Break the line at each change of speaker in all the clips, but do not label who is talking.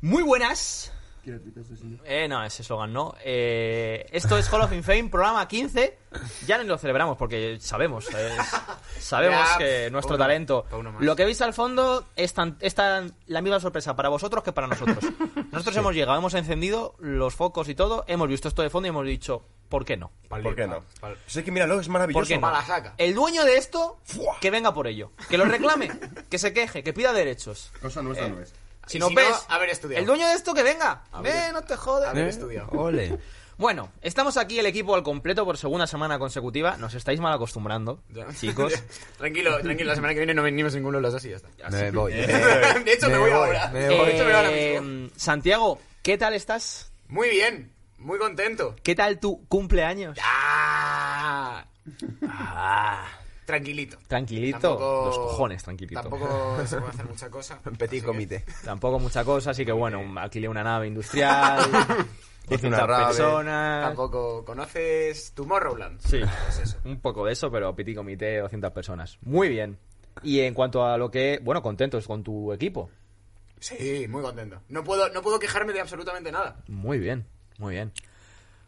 Muy buenas.
Eh, no, ese slogan no. Eh, esto es Hall of Fame, programa 15. Ya no lo celebramos porque sabemos, eh, sabemos
Ya,
que
pf,
nuestro
pa' uno,
talento.
pa' uno más.
Lo que veis al fondo es, tan, es tan- la misma sorpresa para vosotros que para nosotros. Nosotros hemos llegado, hemos encendido los focos y todo, hemos visto esto de fondo y hemos dicho, ¿por qué no?
¿Por qué no? Pues es que míralo, es maravilloso.
¿Por qué no?
Para la saca.
El dueño de esto,
Fua.
que venga por ello, que lo reclame, que se queje, que pida derechos.
Cosa
Eh,
nuestra no es.
Si
Y
no
si no,
ves,
haber estudiado.
el dueño de esto que venga.
Haber-
Ven, no te jodes.
haber estudiado.
Ole. Bueno, estamos aquí el equipo al completo por segunda semana consecutiva. Nos estáis mal acostumbrando,
Ya.
chicos.
tranquilo, tranquilo, la semana que viene no venimos ninguno de los dos y ya está.
Me voy. Eh,
De hecho, me voy ahora.
me
De
voy.
hecho, me voy ahora
Eh,
mismo.
Santiago, ¿qué tal estás?
Muy bien, muy contento.
¿Qué tal tu cumpleaños?
Ah, Ah. tranquilito.
Tranquilito.
Tampoco-
Los cojones, tranquilito.
Tampoco se puede hacer mucha cosa. así
Petit
que-
comité.
Tampoco mucha cosa, así que
Eh.
bueno, un- alquilé una nave industrial,
Hice
200
una rave.
personas.
Tampoco conoces Tomorrowland.
Sí.
Pues eso.
Un poco de eso, pero piti comité, 200 personas. Muy bien. Y en cuanto a lo que, bueno, contentos con tu equipo.
Sí, muy contento. No puedo, no puedo quejarme de absolutamente nada.
Muy bien, muy bien.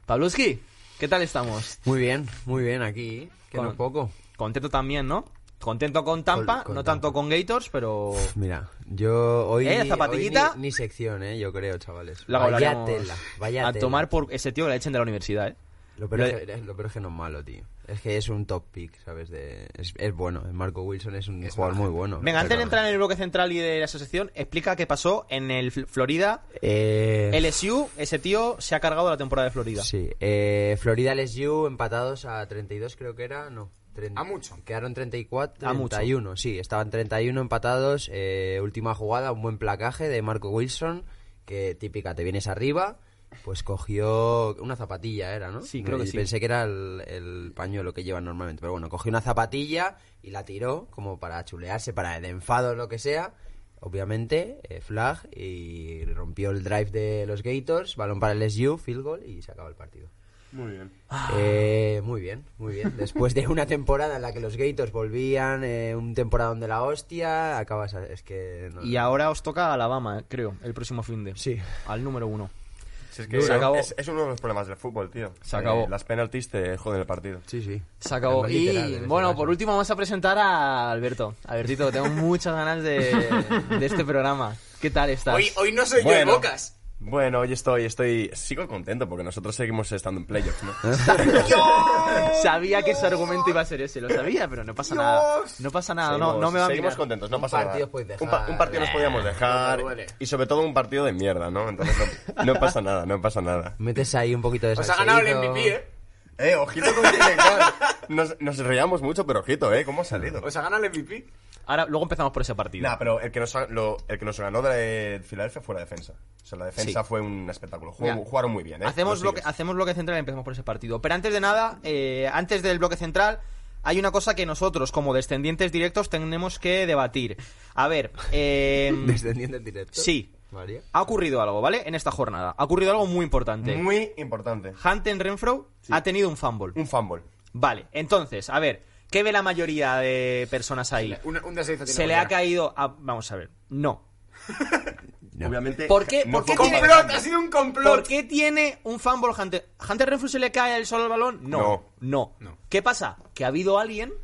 Pabluski, ¿qué tal estamos?
Muy bien, muy bien aquí. Que no
Con-
es poco.
Contento también, ¿no? Contento con Tampa,
Con- con
no tanto
Tampa.
con Gators, pero
Mira, yo hoy.
¿Eh,
ni-
zapatillita?
hoy ni, ni sección, eh, yo creo, chavales.
luego
vaya
hablaremos
tela, vaya
a
tela.
tomar por ese tío que la echen de la universidad, ¿eh?
Lo peor, es que, lo peor es que no es malo, tío. Es que es un top pick, ¿sabes? De, es, es bueno. Marco Wilson es un jugador muy bueno.
Venga, antes
Pero-
de entrar en el bloque central y de la asociación, explica qué pasó en el Fl- Florida.
Eh,
LSU, ese tío se ha cargado la temporada de Florida.
Sí, eh, Florida LSU empatados a 32 creo que era, no. 30,
A mucho.
Quedaron 34,
A mucho.
31, sí, estaban 31 empatados, eh, última jugada, un buen placaje de Marco Wilson, que típica, te vienes arriba, pues cogió una zapatilla, era, ¿no?
Sí, creo que
Y
sí.
Pensé que era el, el pañuelo que llevan normalmente, pero bueno, cogió una zapatilla y la tiró como para chulearse, para el enfado, lo que sea. Obviamente, eh, flag y rompió el drive de los Gators, balón para el SU, field goal y se acaba el partido.
Muy bien.
Ah.
Eh, muy bien, muy bien. Después de una temporada en la que los Gators volvían, eh, un temporadón de la hostia, acabas. a- Es que. no-
Y ahora os toca Alabama, eh, creo, el próximo fin de.
Sí.
Al número uno.
Si es, que
Se acabó.
Es, es uno de los problemas del fútbol, tío. Eh,
Se acabó.
las penaltis te joden el partido.
Sí, sí.
Se acabó.
Además,
Y
literal, en este
bueno,
caso.
por último vamos a presentar a Alberto. Albertito, tengo muchas ganas de, de este programa. ¿Qué tal estás?
Hoy, hoy no soy yo
Bueno.
el Bocas.
Bueno, hoy estoy, estoy, sigo contento porque nosotros seguimos estando en playoffs, ¿no?
sabía que ese argumento iba a ser ese, lo sabía, pero no pasa nada. No pasa nada, no,
Seguimos-
no me va a
Seguimos
mirar.
contentos, no
Un
pasa
partido
nada.
puedes dejar.
un, pa- un partido nos podíamos
Eh,
dejar
me duele.
y sobre todo un partido de mierda, ¿no? Entonces no, no pasa nada, no pasa nada.
Metes ahí un poquito de
Os ha
salseíto.
ganado el MVP, ¿eh?
Eh, ojito con nos, nos reíamos mucho, pero ojito, ¿eh? ¿Cómo ha salido?
Os ha ganado el MVP.
Ahora, luego empezamos por ese partido.
Nah, pero el que, nos, ha- lo- el que nos ganó de Filadelfia fue la defensa. O sea, la defensa fue un espectáculo. Jugó-
Mira,
jugaron muy bien, ¿eh?
hacemos,
Los
bloque,
Eagles.
hacemos bloque central y empezamos por ese partido. Pero antes de nada, eh, antes del bloque central, hay una cosa que nosotros, como descendientes directos, tenemos que debatir. A ver, eh,
Descendiente directo.
Sí.
María.
ha ocurrido algo, ¿vale? En esta jornada. Ha ocurrido algo muy importante.
Muy importante.
Hunter Renfro ha tenido un fumble.
Un fumble.
Vale, entonces, a ver, ¿qué ve la mayoría de personas ahí?
Un, un desliz tiene
Se le ha
cualquiera.
caído a... Vamos a ver, no.
Obviamente.
¿Por qué- por
fue
qué tiene-
culpa de
¡Complot! ¡Ha
Hunter.
sido un complot!
¿Por qué tiene un fumble Hunter? ¿Hunter Renfrew se le cae el solo al balón? No, no.
No.
¿Qué pasa? Que ha habido alguien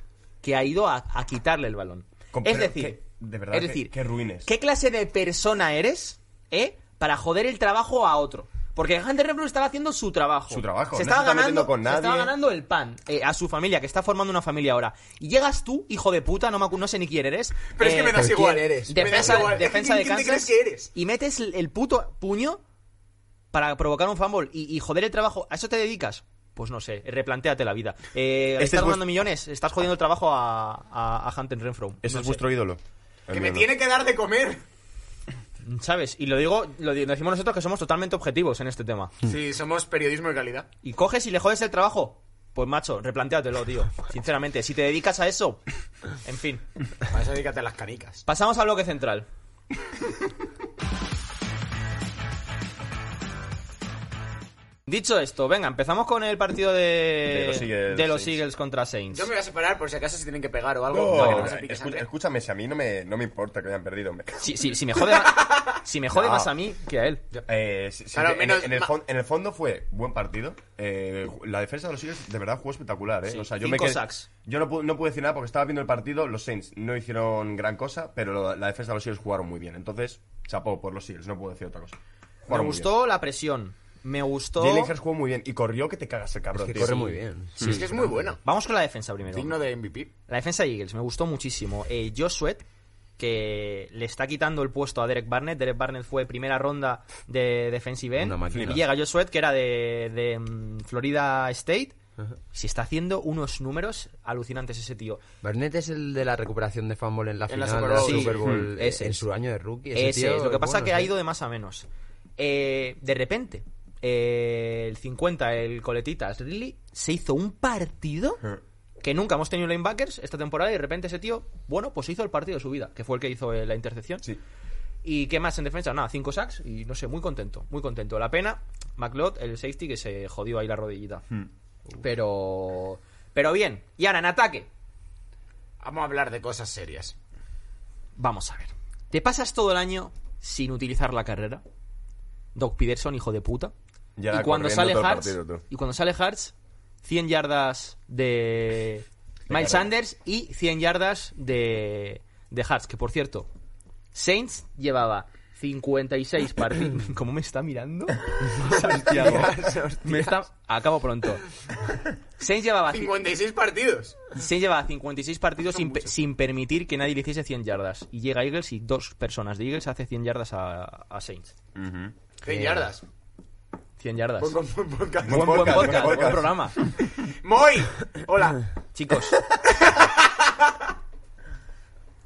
que ha ido a, a quitarle el balón.
Com-
es
pero
decir,
qué- de verdad,
es
qué-
decir,
qué ruines.
¿Qué clase de persona eres, eh, para joder el trabajo a otro? Porque Hunter Renfrew estaba haciendo su trabajo.
Su trabajo,
Se
no
estaba
se está
ganando
metiendo con
se estaba
nadie.
ganando el pan eh, a su familia, que está formando una familia ahora. Y llegas tú, hijo de puta, no, me acu- no sé ni quién eres.
Pero es que
eh,
me das
¿quién
igual.
eres?
Me das
defensa,
eh,
igual.
defensa de
¿Quién
Kansas
te crees que eres?
y metes el, el puto puño para provocar un fumble y, y joder el trabajo. ¿A eso te dedicas? Pues no sé, replantéate la vida. Eh,
Este
estás
es vuest-
ganando millones, estás jodiendo el trabajo a, a, a Hunter Renfro.
Ese
No
es
sé.
vuestro ídolo. El
Que
mío
me
no.
tiene que dar de comer.
¿Sabes? Y lo digo, lo di- lo decimos nosotros que somos totalmente objetivos en este tema.
Hmm.
Sí, somos periodismo de calidad.
Y coges y le jodes el trabajo. Pues macho, replantéatelo, tío. Sinceramente, si te dedicas a eso. En fin.
Para eso dedícate a las canicas.
Pasamos al bloque central. Dicho esto, venga, empezamos con el partido de,
De los Eagles,
de los
Saints.
Eagles contra Saints.
Yo me voy a separar por si acaso se tienen que pegar o algo. para que
No, eh,
no se pique
escu-
sangre.
escúchame, si a mí no me, no me importa que hayan perdido. hombre.
Si, si- si me jode, más, si me jode
No.
más a mí que a él.
Eh, sí- sí,
Claro,
en-
menos
en, el
ma-
fon- en el fondo fue buen partido. Eh, ju- la defensa de los Eagles de verdad jugó espectacular. ¿eh?
Sí,
O sea, yo me
cinco
quedé-
sacks.
Yo no pude, no pude decir nada porque estaba viendo el partido. Los Saints no hicieron gran cosa, pero lo- la defensa de los Eagles jugaron muy bien. Entonces, chapó por los Eagles, no puedo decir otra cosa.
Me
Jugaron muy bien.
gustó la presión. Me gustó.
Jalen Hurts jugó muy bien y corrió que te cagas el
Es
cabrón.
que
tío.
corre muy bien.
Sí, es que es muy
Hmm.
bueno.
Vamos con la defensa primero.
Digno de MVP.
La defensa de Eagles me gustó muchísimo. Eh, Josh Sweat, que le está quitando el puesto a Derek Barnett. Derek Barnett fue primera ronda de Defensive End.
Una máquina.
Y llega Josh Sweat, que era de, de, mm, Florida State. Se está haciendo unos números alucinantes ese tío.
Bernet es el de la recuperación de fumble en la
En la
final
Super
de la
Bowl.
Sí,
Super Bowl, eh,
mm, ese
en
es.
su año de rookie.
Ese
Ese, tío
Eh, es. Lo que pasa es que
bueno,
ha
sí.
ido de más a menos. Eh, de repente, eh, el 50, el coletitas, Ridley, se hizo un partido que nunca hemos tenido linebackers esta temporada y de repente ese tío, bueno, pues hizo el partido de su vida, que fue el que hizo eh, la intercepción.
Sí.
¿Y qué más en defensa? Nada, cinco sacks y no sé, muy contento, muy contento. La pena, McLeod, el safety, que se jodió ahí la rodillita.
Hmm.
Pero... Pero bien. Y ahora en ataque.
Vamos a hablar de cosas serias.
Vamos a ver. ¿Te pasas todo el año sin utilizar la carrera? Doc Peterson, hijo de puta.
Ya era
y cuando
corriendo
sale
todo el
Hartz,
partido, tú.
y cuando sale Hartz, 100 yardas de Miles Sanders y 100 yardas de de Hartz, que por cierto, Saints llevaba 56 partidos. ¿Cómo me está mirando? Santiago. me está acabo pronto. Saints llevaba
56 partidos.
se lleva 56 partidos sin, pe- sin permitir que nadie le hiciese 100 yardas. Y llega Eagles y dos personas de Eagles hace 100 yardas a, a Saints.
100
Eh,
yardas.
100 yardas.
Buen,
Buen,
buen- buen ca-
buen, podcast,
buen
buen
podcast.
programa.
¡Moy! Hola.
Chicos.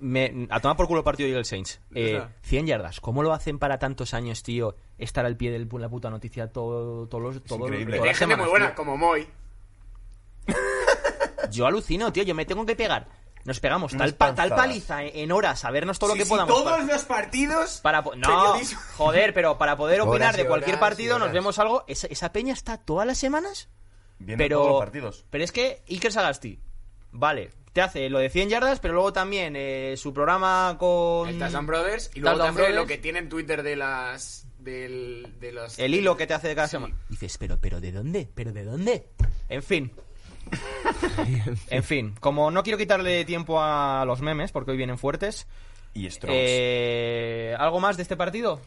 Me- a tomar por culo el partido de Eagles Saints. Eh,
Ya.
100 yardas. ¿Cómo lo hacen para tantos años, tío? Estar al pie de la puta noticia todo, todos los- todos-
increíble.
todas
Tiene
las
gente muy
semanas,
buena,
tío.
como Moy.
Yo alucino, tío. Yo me tengo que pegar. Nos pegamos
Unas
tal, pa- tal
panzadas.
paliza en en horas, a vernos todo lo
Sí,
que
sí,
podamos. para-
todos los partidos.
Para po- no,
Periodismo.
joder, pero para poder
Horas
opinar
y
de cualquier
horas y
partido nos
horas.
vemos algo. Esa, esa peña está todas las semanas,
Viendo
pero
todos los partidos.
pero es que Iker Sagasti, vale, te hace lo de 100 yardas, pero luego también eh, su programa con
El Tarzan Brothers. Y luego
Tarzan
también lo
Brothers.
que tiene en Twitter de las. Del, de los.
el hilo que te hace de cada
Sí.
semana. Dices, pero pero de dónde, pero de dónde. En fin. en fin, como no quiero quitarle tiempo a los memes porque hoy vienen fuertes.
Y Strokes.
eh, ¿Algo más de este partido?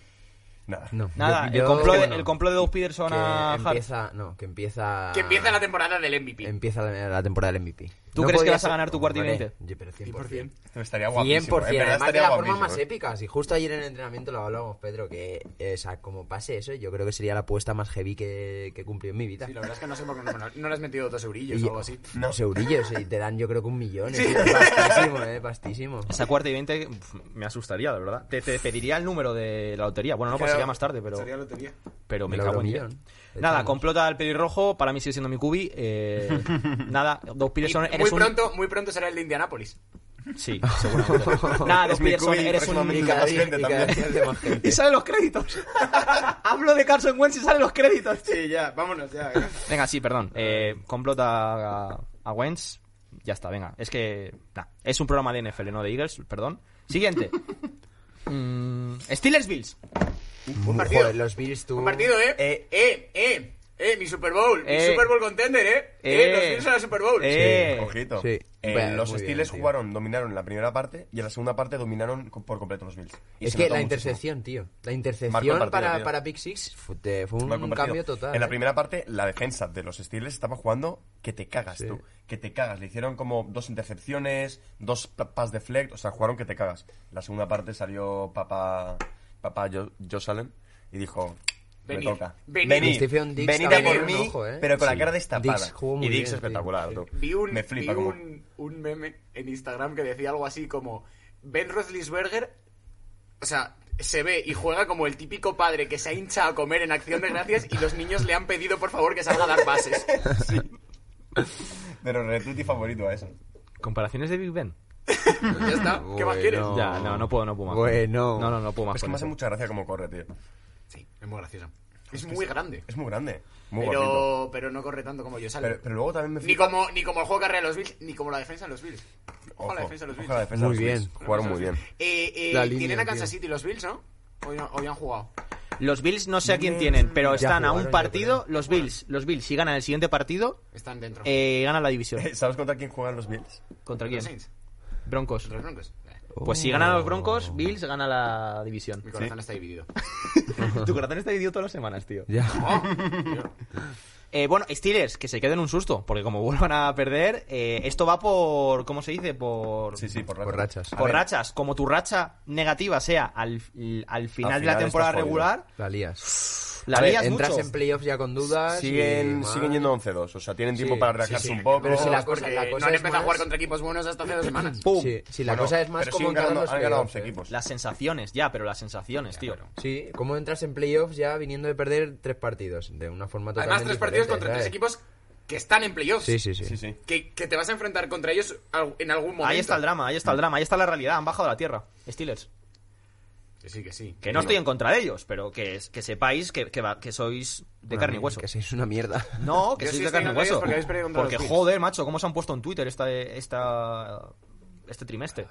Nada.
No.
Nada,
Yo-
el,
yo-
complot, de-
bueno,
el complot de Doug Peterson a Hart.
que empieza, no, que empieza...
Que empieza la temporada del MVP.
Empieza la, la temporada del MVP.
¿Tú crees que
podía
vas a
ser-
ganar tu cuarto y
Hombre,
veinte?
yo- pero 100%.
100%.
100%.
Esto estaría guapísimo. ¿eh? En verdad
Además, de
estaría
la forma
guapísimo,
más
¿eh?
épica. Si justo ayer en el entrenamiento lo hablábamos, Pedro, que eh, o sea, como pase eso, yo creo que sería la apuesta más heavy que, que cumplí en mi vida.
Sí, la verdad es que no sé por qué no, me lo- no le has metido dos eurillos
Y-
o algo así.
No.
Dos eurillos eh, y te dan yo creo que un millón. eh, tío, Bastísimo, eh, bastísimo.
Esa cuarta y veinte uf, me asustaría, la verdad. Te, te pediría el número de la lotería. Bueno, no pasaría pues más tarde, pero,
Sería lotería.
pero me
El
cago en
Euromillón.
diez.
Lo
Nada,
echamos.
complota al pelirrojo. Para mí sigue siendo mi cubi. eh, nada, Doug
Y
Peterson
muy,
eres un...
pronto, muy pronto será el de Indianápolis.
Sí, seguramente. nada, Doug
Es mi
Peterson
cubi,
eres un...
próximamente
Y cada
más
día-
gente
y cada
también.
día hace más gente.
Y salen los créditos. Hablo de Carson Wentz y salen los créditos.
Sí, ya, vámonos ya.
Venga, sí, perdón. Eh, complota a, a Wentz. Ya está, venga. Es que. nah, es un programa de NFL, no de Eagles, perdón. Siguiente. Mm, Steelers Bills.
Joder,
partido.
los Bills tú...
Un partido, ¿eh?
Eh.
Eh, eh, eh. Mi Super Bowl. Mi
Eh.
Super Bowl contender, ¿eh?
Eh.
Eh, los Bills a la Super Bowl.
Eh.
Ojito.
Sí.
Eh,
Bueno,
los
muy bien,
Steelers
tío.
jugaron, dominaron la primera parte y en la segunda parte dominaron co- por completo los Bills. Y
Es
se
que
notó
la
muchísimo.
intercepción, tío. La intercepción
Marcó el partido,
para,
tío.
para Pick Six fue, te- fue un,
Marcó el partido.
cambio total.
En la
eh.
primera parte, la defensa de los Steelers estaba jugando que te cagas tú. Que te cagas. Le hicieron como dos intercepciones, dos pa- pass de fleck. O sea, jugaron que te cagas. La segunda parte salió papá, papá Jo- Josh Allen y dijo.
Venid,
me toca.
venid.
Stephen Diggs
venid a
también,
por mí,
ojo, eh.
pero con la
Sí.
cara destapada.
Diggs jugó muy
y Diggs
bien,
espectacular,
tío.
tú.
Vi un,
me flipa
vi
como.
un, un meme en Instagram que decía algo así como Ben Roethlisberger, o sea, se ve y juega como el típico padre que se ha hinchado a comer en Acción de Gracias y los niños le han pedido por favor que salga a dar pases.
Pero retuti favorito a eso.
Comparaciones de Big Ben.
ya está, ¿qué más
Bueno.
quieres?
Ya, no, no puedo, no puedo más.
Bueno.
No, no, no puedo más.
Es que
con
me hace
eso.
mucha gracia como corre, tío.
Sí, es muy gracioso. Es muy grande.
Es muy grande. Muy gordito.
Pero, pero no corre tanto como yo
Pero, pero luego también me
Ni
flipa-
como, ni como el juego que carrera de los Bills, ni como la defensa de los Bills. Ojo, a la
ojo,
defensa de los
ojo
Bills.
a la defensa
Muy
de los
bien.
Bills. Jugaron muy bien.
Eh, eh,
La línea,
tienen a Kansas
tío.
City los Bills, ¿no? Hoy, no- hoy han jugado.
Los Bills no sé a quién tienen, pero
Ya
están a
jugaron,
un
ya
partido. Los Bills, los Bills, si ganan el siguiente partido,
Están dentro.
eh, ganan la división.
¿Sabes contra quién juegan los Bills?
¿Contra
Los
quién?
Saints,
Broncos.
los Broncos. Eh,
Pues si ganan los Broncos, Bills gana la división.
Mi corazón está dividido.
tu corazón está dividido todas las semanas, tío.
Ya.
Eh, bueno, Steelers, que se queden un susto, porque como vuelvan a perder, eh, esto va por. ¿Cómo se dice? Por.
Sí, sí, por rachas.
Por rachas.
A
por
ver,
rachas. Como tu racha negativa sea al, al final
Al
de la
final
temporada
estás jodido.
regular,
La lías.
la
A ver,
lías
Entras
mucho.
en playoffs ya con dudas.
Siguen,
y mal.
siguen yendo 11-2. O sea, tienen tiempo
Ah, Sí,
para
sí,
relajarse
sí.
un poco.
Pero si la cosa-
Porque
la cosa
no han
es
empezado a
más-
jugar contra equipos buenos hasta hace dos semanas.
¡Pum!
Sí, sí, la
Bueno,
cosa es más
pero
cómo
siguen
entrar en
ganando-
los
han ganado
playoffs,
11
eh.
equipos.
Las sensaciones, ya, pero las sensaciones, tío.
Sí, cómo entras en playoffs ya viniendo de perder tres partidos. De una forma totalmente
Además, tres partidos
diferente,
contra tres
¿eh?
¿sabes?
equipos que están en playoffs.
Sí, sí, sí.
Sí, sí.
Que, que te vas a enfrentar contra ellos al- en algún momento.
Ahí está el drama, ahí está el drama, ahí está la realidad, han bajado a la tierra. Steelers.
Que sí, que sí.
Que no estoy en contra de ellos, pero que, es- que sepáis que, que va- que sois de
Una
carne y
mierda,
hueso.
Que sois una mierda.
No, que sois
Yo sí
de
estoy
carne y
contra ellos
hueso.
porque habéis perdido contra
Porque,
los Bills.
joder, macho, ¿cómo se han puesto en Twitter esta, esta, este trimestre?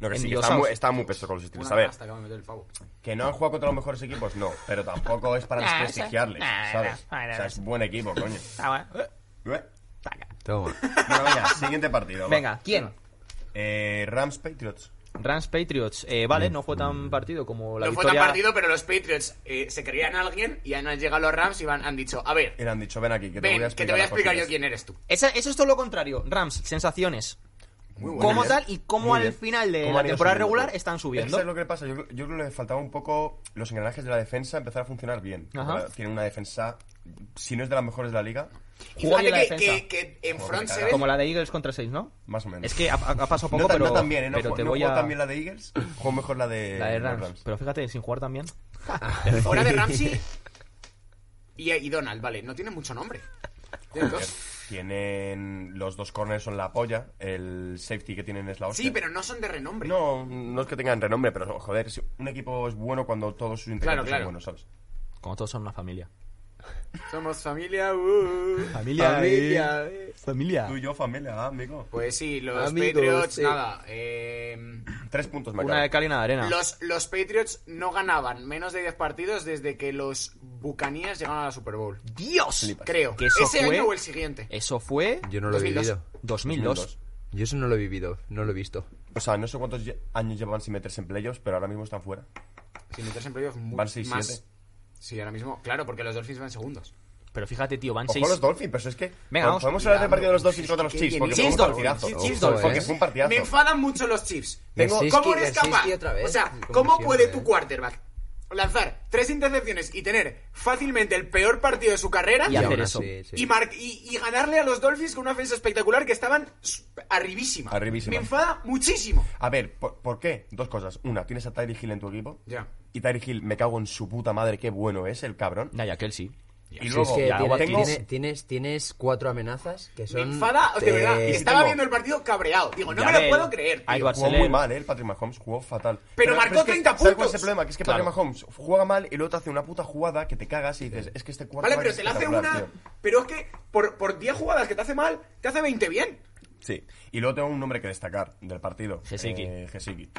No, que sí, que
Endiosados.
está muy, está muy peso con los Steelers.
Una
A ver,
canasta que va a meter el pavo.
que no han jugado contra los mejores equipos, no. Pero tampoco es para desprestigiarles, ¿sabes? O sea, es buen equipo, coño.
Ah,
Eh,
Toma.
Bueno, venga, siguiente partido. va.
Venga, ¿quién?
Eh, Rams Patriots.
Rams Patriots. Eh, vale, no fue tan partido como la
no
victoria.
fue tan partido, pero los Patriots eh, se creían alguien y han llegado los Rams y van- han dicho, a ver,
Y le han dicho, ven aquí, Eh, que te voy
ven,
a
que
explicar,
te voy a
las
explicar yo
cositas.
quién eres tú.
Esa- eso es todo lo contrario. Rams, sensaciones.
Muy
Como
bien.
tal y como
Muy
al
bien.
final de
Cómo
la
han ido
temporada
subiendo.
regular están subiendo.
Es que ¿sabes lo que le pasa? Yo, creo- yo creo que le faltaba un poco los engranajes de la defensa empezar a funcionar bien.
Ajá.
Ahora Tienen una defensa, si no es de las mejores de la liga,
Y
Jugó bien la
fíjate que,
defensa.
que, que en
Joder, me
front se
cago.
ve
Como la de Eagles contra 6, ¿no?
más o menos.
Es que ha, ha- ha pasado
no,
poco,
tan-
pero,
no tan bien, ¿eh? No,
pero
ju-
te
no
voy
juego
a...
tan bien la de Eagles, juego mejor la de,
la de
Eh, los
Rams. Pero fíjate, sin jugar también.
fuera de Ramsey y, y Donald, vale, no tiene mucho nombre. Tienen dos.
Tienen los dos corners son la polla, el safety que tienen es la hostia.
Sí, pero no son de renombre.
No, no es que tengan renombre, pero joder, si un equipo es bueno cuando todos sus integrantes
claro.
son buenos, ¿sabes?
Como todos son una familia.
Somos familia, uh.
Familia.
eh.
Familia.
Tú y yo, familia, amigo.
Pues sí, los
Amigos,
Patriots,
sí.
nada. eh,
Tres puntos, me
Una de
acabo.
cal y una de arena.
los, los Patriots no ganaban menos de 10 partidos desde que los Bucanías llegaron a la Super Bowl.
¡Dios!
Flipas.
Creo.
Que eso
¿Ese
fue-
año o el siguiente?
Eh.
Eso fue
Yo no lo he
2002.
vivido.
2002.
Yo eso no lo he vivido. No lo he visto.
O sea, no sé cuántos ye- años llevan sin meterse en playoffs, pero ahora mismo están fuera.
Mm, Si meterse en playoffs, mu-
Van 6-7.
más. Sí, ahora mismo. Claro, porque los Dolphins van segundos.
Pero fíjate, tío, van
Ojo
6...
a los Dolphins, pero es que.
Venga, vamos.
podemos hablar del partido de los Dolphins contra los
Qué
Chiefs,
bien.
porque fue un
Chiefs Dolphins,
partidazo.
Chiefs- Chiefs
Ojo,
Dolphins.
Porque
¿eh?
fue un partidazo.
Me enfadan mucho los Chiefs. Tengo-
Garcisti,
¿Cómo eres
Garcisti
capaz?
otra vez,
O sea,
como
¿cómo
siempre,
puede
eh.
tu quarterback lanzar tres intercepciones y tener fácilmente el peor partido de su carrera?
Y
Y
hacer
aún
eso.
así, sí.
Y, mar- y- y ganarle a los Dolphins con una ofensa espectacular que estaban s- arribísima.
Arribísima.
Me enfada muchísimo.
A ver, ¿por, por qué? Dos cosas. Una, tienes a Tyree Hill en tu equipo.
Ya.
Y Tyree Hill, me cago en su puta madre, qué bueno es el cabrón.
Naya Kelsey.
Y
Si
luego,
es que
ya,
tiene-
tengo.
tiene- tienes, tienes cuatro amenazas que
Me
son.
enfada, de verdad.
eh,
Estaba
tengo-
viendo el partido cabreado. Digo, no
Ya
me lo
ven.
puedo creer. tío.
Ay, Bar-
Jugó
Barcelona.
muy mal, ¿eh? El Patrick Mahomes jugó fatal.
marcó
es que,
30
¿sabes cuál
puntos?
es el problema? Que es que
Claro.
Patrick Mahomes juega mal y luego te hace una puta jugada que te cagas y dices, es que este cuarto.
Vale, pero te la hace una. Pero es que por, por 10 jugadas que te hace mal, te hace 20 bien.
Sí. Y luego tengo un nombre que destacar del partido.
Gesicki.
Eh, Gesicki.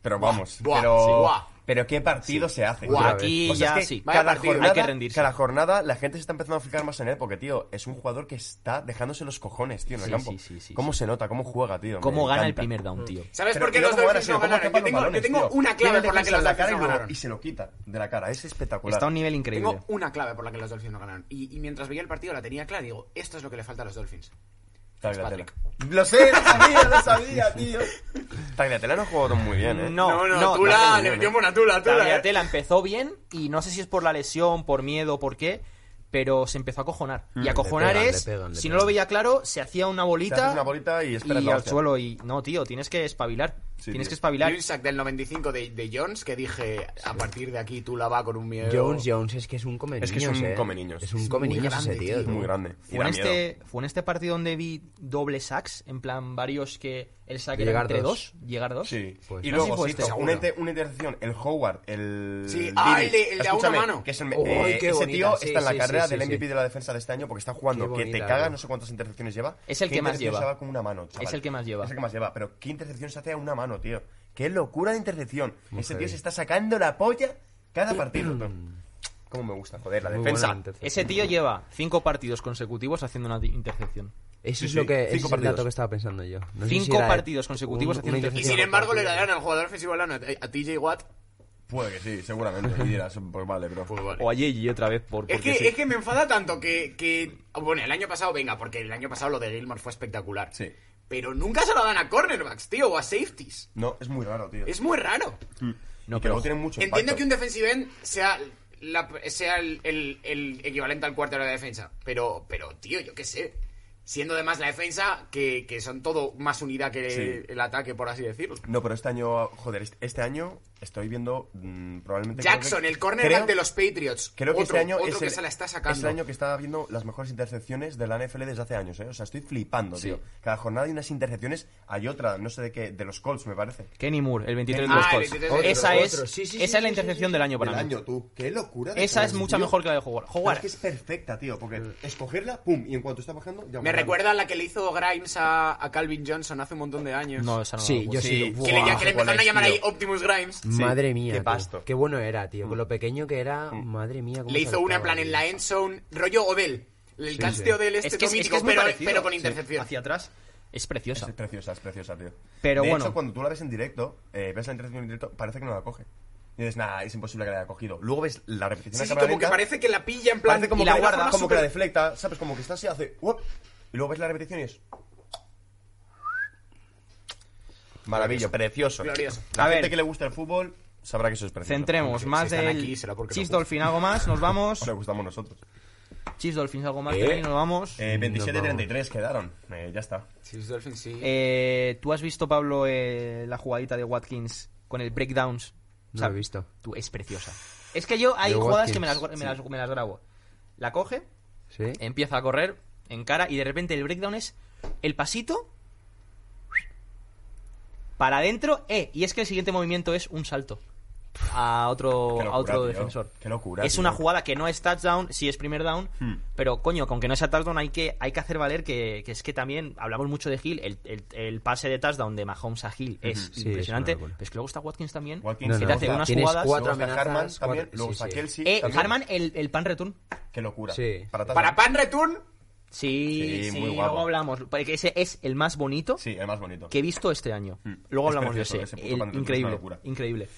Pero vamos,
buah,
pero,
sí, buah.
pero qué partido se hace.
Buah,
Otra
aquí
vez. Pues
ya
es que
sí.
Vaya
Cada
partido.
jornada,
Hay que rendirse.
cada jornada la gente se está empezando a fijar más en él porque, tío, es un jugador que está dejándose los cojones, tío, en el
Sí,
campo.
sí, sí, sí,
cómo se nota, cómo juega, tío.
¿Cómo
me
gana el
encanta.
primer down, tío?
¿Sabes
Pero
por qué
tío,
los
cómo gana,
Dolphins
tío,
no
cómo
ganaron?
atrapa
Yo tengo, yo
balones,
tengo
tío.
una
Tiene
clave por la que
defensa
los
en cara
Dolphins no
y lo-
ganaron.
Y se lo quita de la cara, es espectacular.
Está a un nivel increíble.
Tengo una clave por la que los Dolphins no ganaron. Y, y mientras veía el partido la tenía clara. Digo, esto es lo que le falta a los Dolphins.
Tagliatella. Lo sé, lo sabía, lo sabía, tío. Tagliatella no jugó muy bien, ¿eh?
No, no,
tú
no,
la,
no,
le
no.
metió una tú la, tú la, eh.
Tagliatella empezó bien y no sé si es por la lesión, por miedo, por qué, pero se empezó a acojonar. Y acojonar
pegan,
es,
Mm, le pegan, le
si no
pegan.
lo veía claro, se hacía una
Te haces
bolita,
una bolita y esperas
y
la
al
hostia.
suelo y no, tío, tienes que espabilar.
Sí,
tienes
tío.
que
Y
espabilar.
un sack del 95 de, de Jones que dije, a partir de aquí tú la va con un miedo.
Jones, Jones, es que es un come
Es que es
niños,
un
eh.
come niños.
Es un
Es
come
muy
niños ese
grande,
tío.
tío.
tú.
muy grande. Y
Fue en,
da miedo.
este, fue en este partido donde vi doble sacks, en plan varios que el saque era
Llegar
entre
dos.
dos. Llegar dos.
Sí.
Pues
y
no.
luego
Así fue
se
este.
hizo una, inter- una intercepción, el Howard, el.
Sí,
Dini,
ah, el de- el de a una
escúchame,
mano.
Que es el,
Uy,
eh,
qué
ese
bonita,
tío
sí,
está en la
sí,
carrera
sí,
del
sí,
MVP
sí.
de la defensa de este año porque está jugando
Qué
que te
bonita,
caga,
bro.
no sé cuántas intercepciones lleva.
Es el
¿Qué
que más
intercepciones
lleva?
con una mano, chaval?
Es el que más lleva.
Es el que más lleva, pero ¿qué intercepción se hace a una mano, tío? ¡Qué locura de intercepción!
Muy
ese
heavy.
tío se está sacando la polla cada partido, tío. ¿Cómo me gusta? Joder, la
Muy
defensa.
buena intercepción.
Ese tío lleva cinco partidos consecutivos haciendo una di- intercepción.
Eso
Sí,
es
sí,
lo que ese
cinco
es el dato
partidos.
que estaba pensando yo. No sé
Cinco
si era
partidos consecutivos haciendo
una
Y
Sí,
sin
intercepción
embargo
por
le
partido.
darán al jugador ofensivo del año, a, a TJ Watt.
Puede que sí, seguramente. Y dirás, pues vale, bro.
Pues vale.
O a Yeji otra vez por
Es
porque
que,
sí.
es que me enfada tanto que, que- Bueno, el año pasado, venga, porque el año pasado lo de Gilmore fue espectacular.
Sí.
Pero nunca se lo dan a cornerbacks, tío, o a safeties.
No, es muy raro, tío.
Es muy raro.
No,
No,
pero
pero luego tienen mucho
Entiendo
impacto.
que un defensive end sea, la- sea el, el- el equivalente al cuarto de la defensa. Pero, pero tío, yo qué sé. Siendo además la defensa, que, que son todo más unidad que
Sí.
el ataque, por así decirlo.
No, pero este año, joder, este- este año estoy viendo mm, probablemente. creo
Jackson,
que-
el cornerback
creo-
de los Patriots.
Creo que
otro,
este año
otro
es
que
el,
se la está
es
sacando.
el año que está viendo las mejores intercepciones de la NFL desde hace años, ¿eh? O sea, estoy flipando,
Sí.
tío. Cada jornada hay unas intercepciones, hay otra, no sé de qué, de los Colts, me parece.
Kenny Moore, el 23 de
Ah,
los
el
Colts.
23 de los
Esa
Colts.
es,
Otro, sí, sí, sí,
esa es la
sí, sí,
intercepción del año para
del
mí.
año, tú. Qué locura. de
Esa es
trans,
mucha
tío.
mejor que la de jugar.
Pero Es
Jugar.
que es perfecta, tío, porque escogerla, pum, y en cuanto está bajando, ya bajando.
Me recuerda a la que le hizo Grimes a, a Calvin Johnson hace un montón de años.
No, esa no
Sí,
la
yo
hago.
sí.
Sí,
lo-
que le,
Buah.
que le
¿Cuál
empezaron a
es,
llamar ahí
tío?
Optimus Grimes.
Madre mía,
qué
tú.
pasto.
Qué bueno era, tío. Con lo pequeño que era, madre mía. cómo
Le
se
hizo una en
adaptaba,
plan en
tío.
la end zone, rollo Odell. El catch
sí.
de Odell este
Es que es, es que
mítico,
es muy
pero,
parecido.
pero con
Sí,
intercepción.
Hacia atrás es
Es
preciosa.
preciosa, es preciosa, tío.
Pero
de
bueno.
hecho, cuando tú la ves en directo, eh, ves la intercepción en directo, parece que no la coge. Y dices, nada, es imposible que la haya cogido. Luego ves la repetición
Sí,
a
sí,
cámara
como que
lenta,
parece que la pilla en plan
parece como
y
que
la
de
guarda,
forma como
súper-
que la deflecta, ¿sabes? Como que está así, hace. "Uop", y luego ves la repetición y es. Maravilla, precioso.
Glorioso.
La
A
gente
ver.
que le gusta el fútbol sabrá que eso es precioso.
Centremos más
están
del
aquí, será porque
Chiefs
lo
Dolphins algo más, nos vamos.
Ahora le gustamos nosotros.
Chiefs Dolphins algo más,
¿Eh?
Dani, nos vamos.
Eh,
Mm, No,
27-33 quedaron. Eh, ya está.
Eh, ¿Tú has visto, Pablo, eh, la jugadita de Watkins con el breakdowns? O
No
sea,
lo he visto.
Tú, es preciosa. Es que yo hay
De
jugadas que me las,
Watkins,
me, las, me las grabo. La coge,
¿Sí?
empieza a correr, encara y de repente el breakdown es el pasito para adentro, eh, y es que el siguiente movimiento es un salto a otro,
Qué locura,
a otro
tío.
defensor.
Qué locura,
Es
tío. Hmm.
una jugada que no es touchdown, sí es primer down, pero coño, con que no sea touchdown hay que, hay que hacer valer que, que es que también hablamos mucho de Hill, el, el- el pase de touchdown de Mahomes a Hill es
Sí, es una
impresionante,
locura.
pero es que luego está Watkins también,
Watkins,
que
No,
te
no,
hace
o sea,
unas
tienes
jugadas...
cuatro
Luego está
amenazas,
Harman también.
cuatro-
Luego
sí,
está
sí.
Kelsey.
Eh,
también.
Harman, el, el pan return.
Qué locura.
Sí.
Para, Tarzán.
Para Pan Return,
Sí, sí,
Sí, muy guapo.
luego hablamos, porque ese es el más bonito.
Sí, el más bonito.
que he visto este año. Luego
Mm. Es
hablamos
precioso,
de ese.
ese puto
El-
pan de
increíble,
locura.
increíble.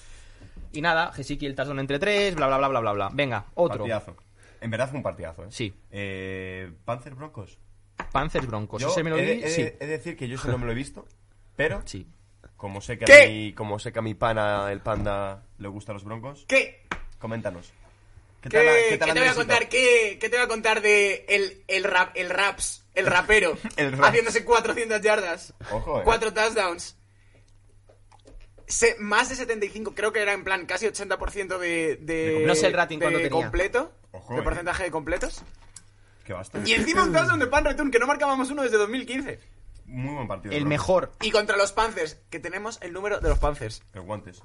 Y nada, Gesicki el tazón entre tres, bla, bla, bla, bla, bla, bla. Venga, otro.
Partidazo. En verdad fue un partidazo, ¿eh?
Sí.
Eh, Panzer Broncos.
Panthers
Pues
Broncos.
Yo
Ese me lo
he, de,
vi,
he de-
sí.
he de decir que yo eso no me lo he visto, pero
Sí.
como sé que
¿Qué?
a mi, como sé que a mi pana, el panda, le gustan los broncos,
¿qué?
coméntanos. ¿Qué
¿Qué, qué te voy a
Andresito?
contar? ¿Qué, qué te voy a contar de el, el rap, el raps, el rapero,
El raps.
haciéndose 400 yardas,
Ojo, eh.
cuatro touchdowns? Se- más de 75, creo que era en plan casi 80% de, de
No sé el rating cuánto
de
tenía. Oh,
completo,
Ojo,
de
eh.
porcentaje de completos.
Qué basta.
Y encima un touchdown de Pan Return que no marcábamos uno desde 2015.
Muy buen partido.
El
Broncos.
mejor.
Y contra los Panthers, que tenemos el número de los Panthers.
El guantes.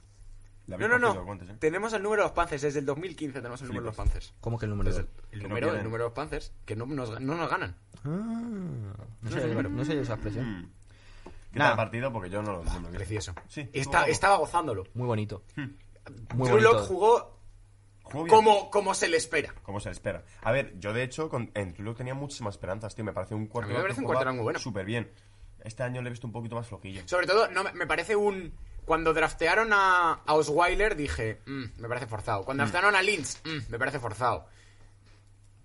Le
No,
habéis
no,
cogido
no.
el guantes, eh.
Tenemos el número de los Panthers. Desde el 2015 tenemos el número de los Panthers.
¿Cómo que el número dos?
El
Que no
número, el
quieren.
número de los Panthers, que no nos, no nos ganan.
No sé, no sé esa expresión.
Mm. ¿Qué
Nada.
tal partido? Porque yo no lo, no lo he visto.
Precioso.
Sí,
Está-
jugó-
estaba gozándolo.
Muy bonito.
Mm.
Muy
Drew Lock
bonito.
jugó
jugó bien.
como, como se le espera.
Como se espera. A ver, yo de hecho con, en Tulio tenía muchísimas esperanzas, tío. Me parece un cuarto
parece un quarterback muy bueno.
Súper bien. Este año le he visto un poquito más flojillo.
Sobre todo, no, me- me parece un... Cuando draftearon a, a Osweiler dije, "Mm, me parece forzado. Cuando draftearon a Lynch, "Mm, me parece forzado.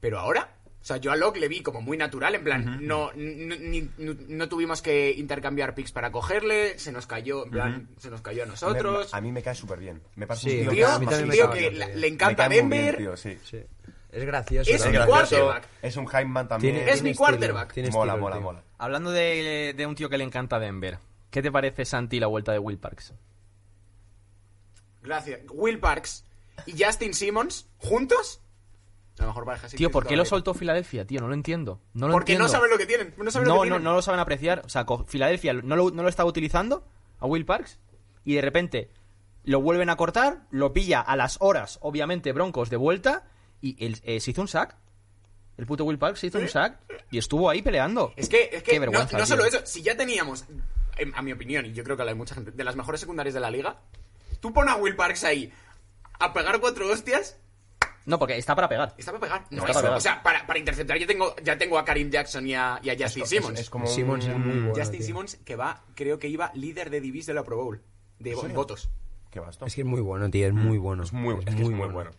Pero ahora, o sea, yo a Locke le vi como muy natural, en plan, no, n- ni- no, no tuvimos que intercambiar picks para cogerle, se nos cayó, en plan, se nos cayó a nosotros.
Me- a mí me cae súper bien. Me parece
Sí,
un tío,
me
que es
Tío,
cae- a mí también
más-
me
tío
cae
que
bastante
la-
bien.
le encanta
me cae muy bien,
Denver,
tío, sí.
Sí. Es gracioso.
Es
la
Es
verdad.
gracioso,
quarterback.
Es un Heinemann también.
Tiene-
Es mi
tiene
quarterback.
estilo, tiene
mola,
estilo,
mola,
tío.
mola.
Hablando de, de un tío que le encanta Denver. ¿Qué te parece, Santi, la vuelta de Will Parks?
Gracias. Will Parks y Justin Simmons juntos La mejor pareja sí
Tío,
que
¿por
es
qué lo
todavía.
soltó Filadelfia, tío? No lo entiendo. No lo
Porque
entiendo.
no saben lo que tienen. No saben lo
no,
que
no,
tienen.
no lo saben apreciar. O sea, co- Filadelfia no lo, no lo estaba utilizando a Will Parks y de repente lo vuelven a cortar, lo pilla a las horas, obviamente, Broncos de vuelta y el- eh, se hizo un sack. El puto Will Parks se hizo un sack y estuvo ahí peleando.
Es que, es que
Qué
no,
vergüenza,
no solo
tío.
eso, si ya teníamos, en- a mi opinión, y yo creo que la de mucha gente, de las mejores secundarias de la liga, tú pon a Will Parks ahí a pegar cuatro hostias,
No, porque está para pegar.
está para pegar. No
Está
es-
para pegar.
O sea, para, para interceptar yo tengo, ya tengo a Karim Jackson y a, y a Justin
Es-
Simmons.
Es, es como
Simmons
un-
es muy bueno.
Justin
tío.
Simmons, que va, creo que iba líder de Divis de la Pro Bowl, de
¿En serio?
votos.
¿Qué va esto?
Es que es muy bueno, tío, es muy bueno.
Mm. Es muy, es que es muy bueno.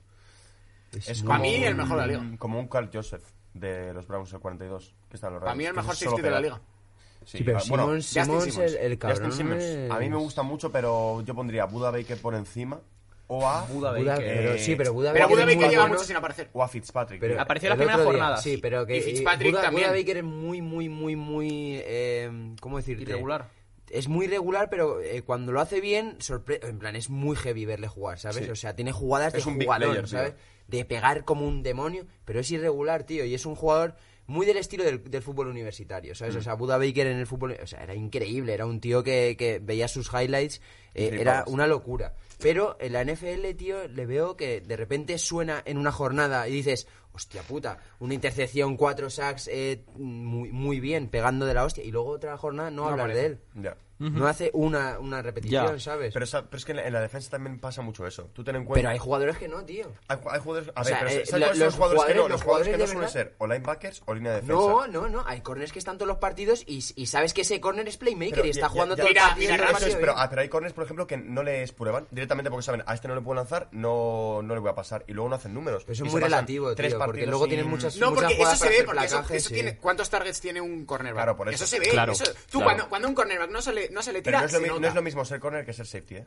Es
Es
muy-
Para mí,
como
el mejor de la
un- Como un Carl Joseph de los Browns el 42. Que está en los
Para mí
Ravens,
el
que
mejor
es solo
60 de la
pegar.
liga.
Sí,
Sí, pero
va- bueno,
Simmons,
Justin
Simmons,
Simmons.
el, el
Justin
cabrón
Simmons.
es-
A mí me gusta mucho, pero yo pondría a Buda Baker por encima o a,
Buda
Buda-
Baker.
pero, sí, pero Buda
Pero
Baker
Buda
es muy
Baker lleva
bueno.
mucho sin aparecer.
o a Fitzpatrick.
Pero
Apareció en las
el otro
primeras
día,
jornadas.
Sí, pero que
Y Fitzpatrick
Buda,
también.
Buda Baker es muy, muy, muy, muy... eh, ¿Cómo decirte?
Irregular.
Es muy regular, pero eh, cuando lo hace bien, sorpre en plan, es muy heavy verle jugar, ¿sabes?
Sí.
O sea, tiene jugadas
Es
de
un big
jugador,
player, tío.
¿sabes? De pegar como un demonio, pero es irregular, tío, y es un jugador muy del estilo del, del fútbol universitario, ¿sabes?
Mm.
O sea, Buda Baker en el fútbol, o sea, era increíble, era un tío que, que veía sus highlights, eh, era
flipabas.
una locura. Pero en la NFL, tío, le veo que de repente suena en una jornada y dices, hostia puta, una intercepción, cuatro sacks, eh, muy, muy bien, pegando de la hostia, y luego otra jornada no, hablar de él.
Ya.
No hace una, una repetición,
Ya,
¿sabes?
Pero,
Pero,
esa- pero es que en la, en la defensa también pasa mucho eso. Tú ten en cuenta.
hay jugadores que no, tío.
hay, hay jugadores. A
o
ver,
sea,
pero
eh,
¿sabes cuáles
la-
son los
los
jugadores que no?
jugadores-
Los
los
jugadores que no
jugadores
suelen
de
ser o linebackers o línea de defensa.
No, no, no. Hay corners que están todos los partidos y, y sabes que ese corner es playmaker
Pero
y
ya-
está
ya-
jugando
ya-
todo
mira,
el partido. eh.
mira,
y no
nada
lo ha
Eso es,
sido
pero,
bien.
ah, pero hay corners, por ejemplo, que no les prueban directamente porque saben, a este no le puedo lanzar, no, no le voy a pasar. Y luego no hacen números.
Pero eso
Y
es
se
muy
pasan
relativo,
tres
tío, porque
partidos
luego
sin-
tienen muchas-
No, porque eso
jugadas
se
para
ve,
hacer
porque eso,
placaje,
eso
sí.
tiene... ¿Cuántos targets tiene un cornerback?
Claro, por eso.
se ve.
Claro,
eso- tú
claro.
cuando, cuando un cornerback no se le, no se le
Pero
tira,
no es, lo,
se
mi-
nota.
no es lo mismo ser corner que ser safety, ¿eh?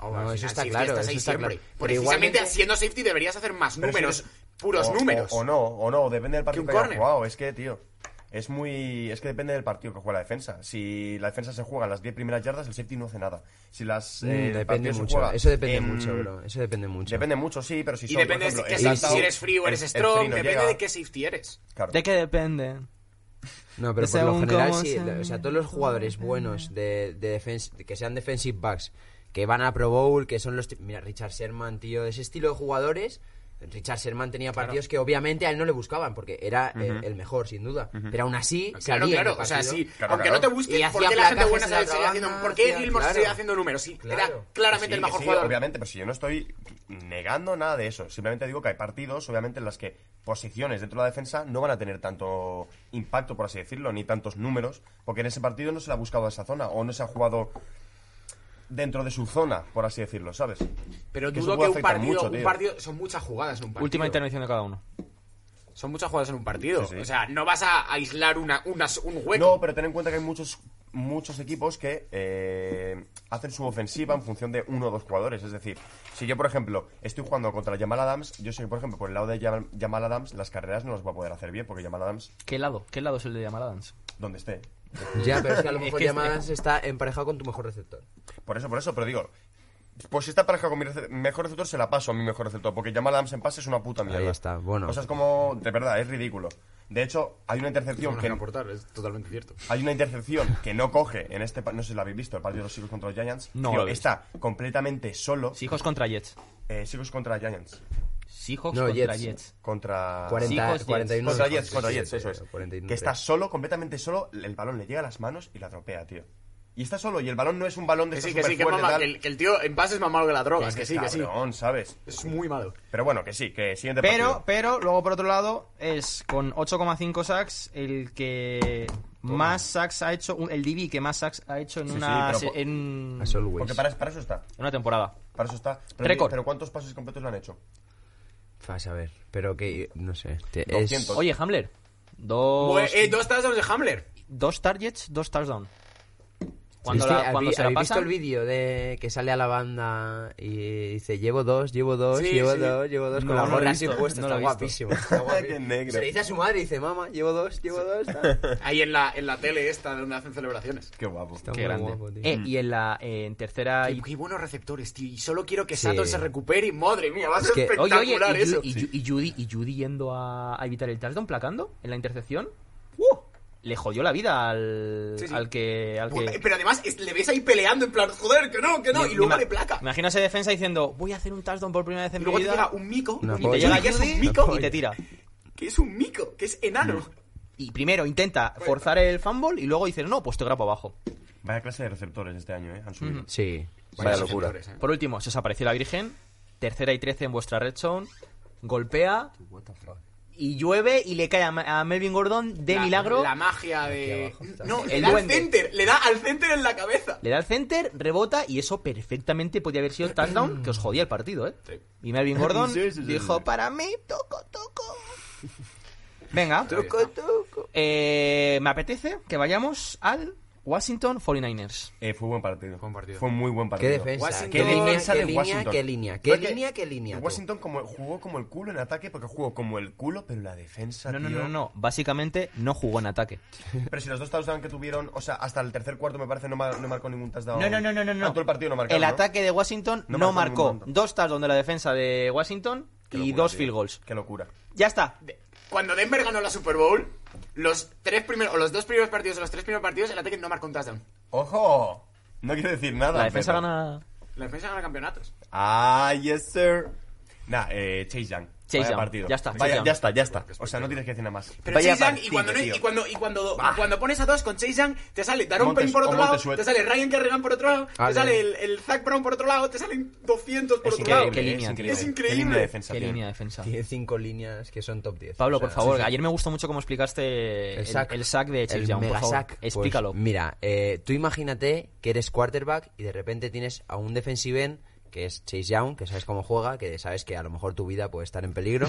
No,
Al final,
eso está
safety
claro.
estás
Eso
ahí
está
siempre.
claro. Pero
Precisamente
igualmente-
haciendo safety deberías hacer más
Pero si
números,
eres-
puros
o-
números.
O, o no, o no, depende del partido
un
que, haya
córner.
jugado. Es que, tío, es muy. Es que depende del partido que juega la defensa. Si la defensa se juega las 10 primeras yardas, el safety no hace nada. Si las.
Mm,
eh, el
depende
partido se
mucho.
juega
eso depende
en-
mucho, bro. Eso depende mucho.
Depende mucho, sí, pero si
Y
son,
depende
por
de
ejemplo,
qué
el
safety,
saltado,
si eres free o
el-
eres
el
strong,
free no
depende
llega.
de qué safety eres.
Claro.
¿De qué depende?
No, pero por lo
Según
general
cómo
sí.
se-
O sea, todos los jugadores buenos de, de defens- que sean defensive backs, que van a Pro Bowl, que son los... ti- Mira, Richard Sherman, tío, de ese estilo de jugadores... Richard Sherman tenía partidos que obviamente a él no le buscaban porque era eh, el mejor, sin duda. Pero aún así,
Claro,
salía en
claro,
el
o sea,
partido.
sí.
Claro,
Aunque
claro.
no te busques,
Y
¿por
hacía
qué la gente
placajes
buena
en la
sabe seguir
banda,
haciendo? ¿Por qué
hacía-
Gilmore se
claro.
sigue haciendo números? Sí, era
Claro.
claramente
Pues Sí,
el mejor
sí,
jugador.
Obviamente, pero si yo no estoy negando nada de eso. Simplemente digo que hay partidos, obviamente, en las que posiciones dentro de la defensa no van a tener tanto impacto, por así decirlo, ni tantos números, porque en ese partido no se le ha buscado a esa zona o no se ha jugado dentro de su zona, por así decirlo, ¿sabes?
Pero
Que eso
dudo que
puede
un
afectar
partido,
mucho,
un
tío.
partido, son muchas jugadas en un partido.
Última intervención de cada uno.
Son muchas jugadas en un partido.
Sí, sí.
O sea, no vas a aislar una, unas- un
No,
hueco.
pero ten en cuenta que hay muchos muchos equipos que eh, hacen su ofensiva en función de uno o dos jugadores. Es decir, si yo, por ejemplo, estoy jugando contra Jamal Adams, yo sé que, por ejemplo, por el lado de Jamal Jamal Adams, las carreras no las voy a poder hacer bien, porque Jamal Adams,
¿Qué lado? ¿Qué lado es el de llamar Adams?
donde esté,
Ya, pero es que a lo
Es
mejor
que es-
llamadas está emparejado con tu mejor receptor.
Por eso, por eso, pero digo. Pues si está pareja con mi rece- mejor receptor, se la paso a mi mejor receptor. Porque Jamal Adams en pase es una puta mierda.
Ahí está, bueno.
Cosas como. De verdad, es ridículo. De hecho, hay una intercepción que.
aportar, es totalmente cierto.
Hay una intercepción que no coge en este. pa- No sé si lo habéis visto, el partido de los Seahawks contra los Giants.
No,
Tío,
lo he visto.
está completamente solo. Sí.
Seahawks contra Jets.
contra Giants.
Seahawks
No,
contra
Jets.
Jets.
Contra.
Ah.
40,
Hijos de-
41
Contra
de-
Jets, contra
sí,
Jets,
sí,
eso es.
41
Que
de-
está solo, completamente solo. El balón le llega a las manos y la atropea, tío. Y está solo, y el balón no es un balón de
Que
estos
sí, que sí, que,
superfuertes,
mama-
tal.
que el, que el tío en pase es más malo que la droga. Es que sí, que sí.
Cabrón, ¿sabes?
Es muy malo.
Pero bueno, que sí, que siguiente
Pero,
partido.
pero, luego por otro lado, es con 8,5 sacks el que más sacks ha hecho, un- el DB que más sacks ha hecho en
Sí,
una,
sí, pero
se- en,
As always.
Porque para, para eso está.
en una temporada.
Para eso está. Pero,
Récord.
pero ¿cuántos pases completos le han hecho?
Vas a ver, pero que no sé. te-
200.
Oye, Hamler, dos,
Pues, eh, Bueno, eh, dos touchdowns de Hamler.
dos targets, dos touchdowns. Cuando,
¿Viste-
la- cuando
habí-
se la
habéis
pasan,
visto el vídeo de que sale a la banda y dice llevo dos, llevo dos,
Sí,
llevo
sí.
dos, llevo dos
No,
con la
no lo he
gorra así
visto,
puesta?
no lo
está
he visto.
guapísimo. está guapísimo.
Qué negro.
Se le dice a su madre y dice, mamá, llevo dos, llevo dos. Está,
Ahí en la, en la tele esta donde hacen celebraciones.
Qué guapo.
está
Qué
muy
grande.
guapo, tío.
Eh, y en la eh, en tercera
Qué, qué buenos receptores, tío. Y solo quiero que
Sí.
Sato se recupere. y Madre mía, va a ser
Es que-
Oye,
espectacular
oye, y, Ju-
eso.
y Ju- y Judy, y Judy yendo a, a evitar el touchdown placando en la intercepción. ¡Uh! Le jodió la vida al,
Sí, sí.
al que. Al que...
Pero además es- le ves ahí peleando en plan, joder, que no, que no.
Ni-
Y luego
ni
le
ma-
placa.
Imagina ese defensa diciendo, voy a hacer un touchdown por primera vez
Y
en mi
luego te llega
vida.
un mico.
Una
y
polla.
te llega que es
Judy
un mico.
y te tira.
Que es un mico, que es enano.
Y primero intenta forzar el fumble y luego dice, no, pues te grabo abajo.
Vaya clase de receptores este año, ¿eh? Han subido.
Sí.
Vaya
Buenos
locura.
receptores, eh.
Por último, se os apareció la Virgen. Tercera y trece en vuestra red zone. Golpea y llueve y le cae a, Ma- a Melvin Gordon de
La-
milagro.
La magia de.
abajo está.
No,
El
le da al
duende.
center, le da al center en la cabeza.
Le da el center, rebota y eso perfectamente podía haber sido el touchdown que os jodía el partido, ¿eh?
Sí.
Y Melvin Gordon
Sí, sí, sí, sí.
dijo, para mí, toco, toco. Venga,
Toco,
eh, me apetece que vayamos al Washington 49ers.
Eh, fue buen partido.
Fue un partido.
Fue muy buen
Qué
partido.
defensa.
Washington-
Qué línea,
defensa
qué
de
línea,
Washington.
qué línea.
Pero
Qué
es que
línea, qué línea. tú.
Washington como, jugó como el culo en ataque porque jugó como el culo, pero la defensa.
No, no,
tío.
no, no, no. Básicamente no jugó en ataque.
Pero si los dos touchdowns que tuvieron, o sea, hasta el tercer cuarto me parece no, mar- no marcó ningún touchdown.
No, no, no, no, no.
Ah,
no.
todo el partido no marcó.
El ataque de Washington no,
No
marcó.
marcó ningún punto.
Dos touchdowns de la defensa de Washington y dos field goals.
Qué locura.
Ya está.
De- Cuando Denver ganó la Super Bowl, los tres primeros, o los dos primeros partidos, o los tres primeros partidos, el ataque no marcó un touchdown.
¡Ojo! No quiero decir nada.
La defensa
pero-
gana...
La defensa gana campeonatos.
Ah, yes, sir. Nah, eh, Chase Young.
Chase
Vaya
Young.
partido.
Ya está,
Vaya-
Chase Young.
ya está, ya está. O sea, no tienes que decir nada más.
Pero
Vaya
Chase Young, y
partido,
cuando, no-
tío.
y cuando, y cuando, cuando pones a dos con Chase Young, te sale Daron
Montes-
Payne por
o
otro lado,
Montesuet.
te sale Ryan Kerrigan por otro lado,
Ale.
te sale el, el Zach Brown por otro lado, te salen 200 por
Es
otro
increíble,
lado.
Qué
eh,
línea,
es
tío.
increíble.
Es
Qué
increíble.
línea de defensa,
Qué
tío.
línea de defensa.
Tiene cinco líneas que son top 10.
Pablo,
O sea,
por favor,
sí, sí.
ayer me gustó mucho cómo explicaste el el sack,
sack.
de Chase
El
Young, por
mega
favor.
sack. Pues,
Explícalo.
mira, eh, tú imagínate que eres quarterback y de repente tienes a un defensive end que es Chase Young, que sabes cómo juega, que sabes que a lo mejor tu vida puede estar en peligro.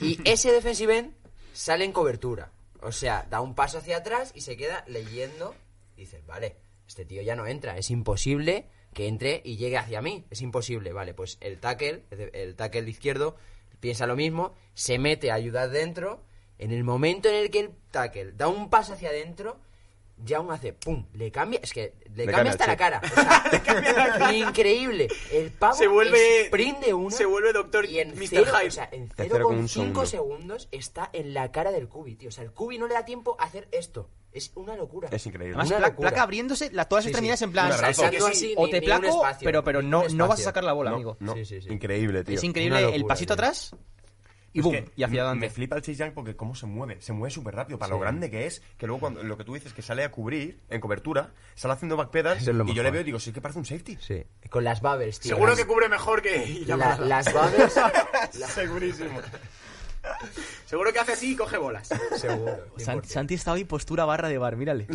y ese defensive end sale en cobertura. O sea, da un paso hacia atrás y se queda leyendo. Dices, vale, este tío ya no entra. Es imposible que entre y llegue hacia mí. Es imposible. Vale, pues el tackle, el tackle izquierdo, piensa lo mismo, se mete a ayudar dentro. En el momento en el que el tackle da un paso hacia adentro, Young hace pum, le cambia, es que le,
Le cambia
cambia hasta
el
la cara. o sea, increíble. El pavo
Se vuelve-
prende una.
se vuelve Dr.
y en
Mr.
cero,
Hyde.
O sea, en
Te cero con un
0,5
segundo.
segundos está en la cara del cubi, tío. O sea, el cubi no le da tiempo a hacer esto. Es una locura.
Es increíble.
Además,
Una
pla-
locura.
placa abriéndose, la- todas las
Sí, sí.
extremidades en plan...
Un abrazo.
sacando
Que sí,
así, o
ni-
te
ni un
placo,
espacio,
pero, pero
ni
no,
un
no vas a
espacio.
sacar la bola,
No,
amigo.
no,
Sí, sí, sí.
Increíble, tío.
Es increíble
Una locura,
el pasito
tío.
atrás y
Es
boom,
que
y hacia
me-
adelante.
Me flipa el Chase Young porque cómo se mueve. Se mueve súper rápido. Para lo grande que es, que luego cuando lo que tú dices que sale a cubrir, en cobertura, sale haciendo backpedal
Eso es lo
y yo
mejor.
le veo y digo, sí que parece un safety.
Sí. Con las babels, tío.
Seguro
Las-
que cubre mejor que
la-
Yamalada.
las babels.
Segurísimo.
Seguro que hace así y coge bolas.
seguro.
San- Santi está hoy postura barra de bar, mírale.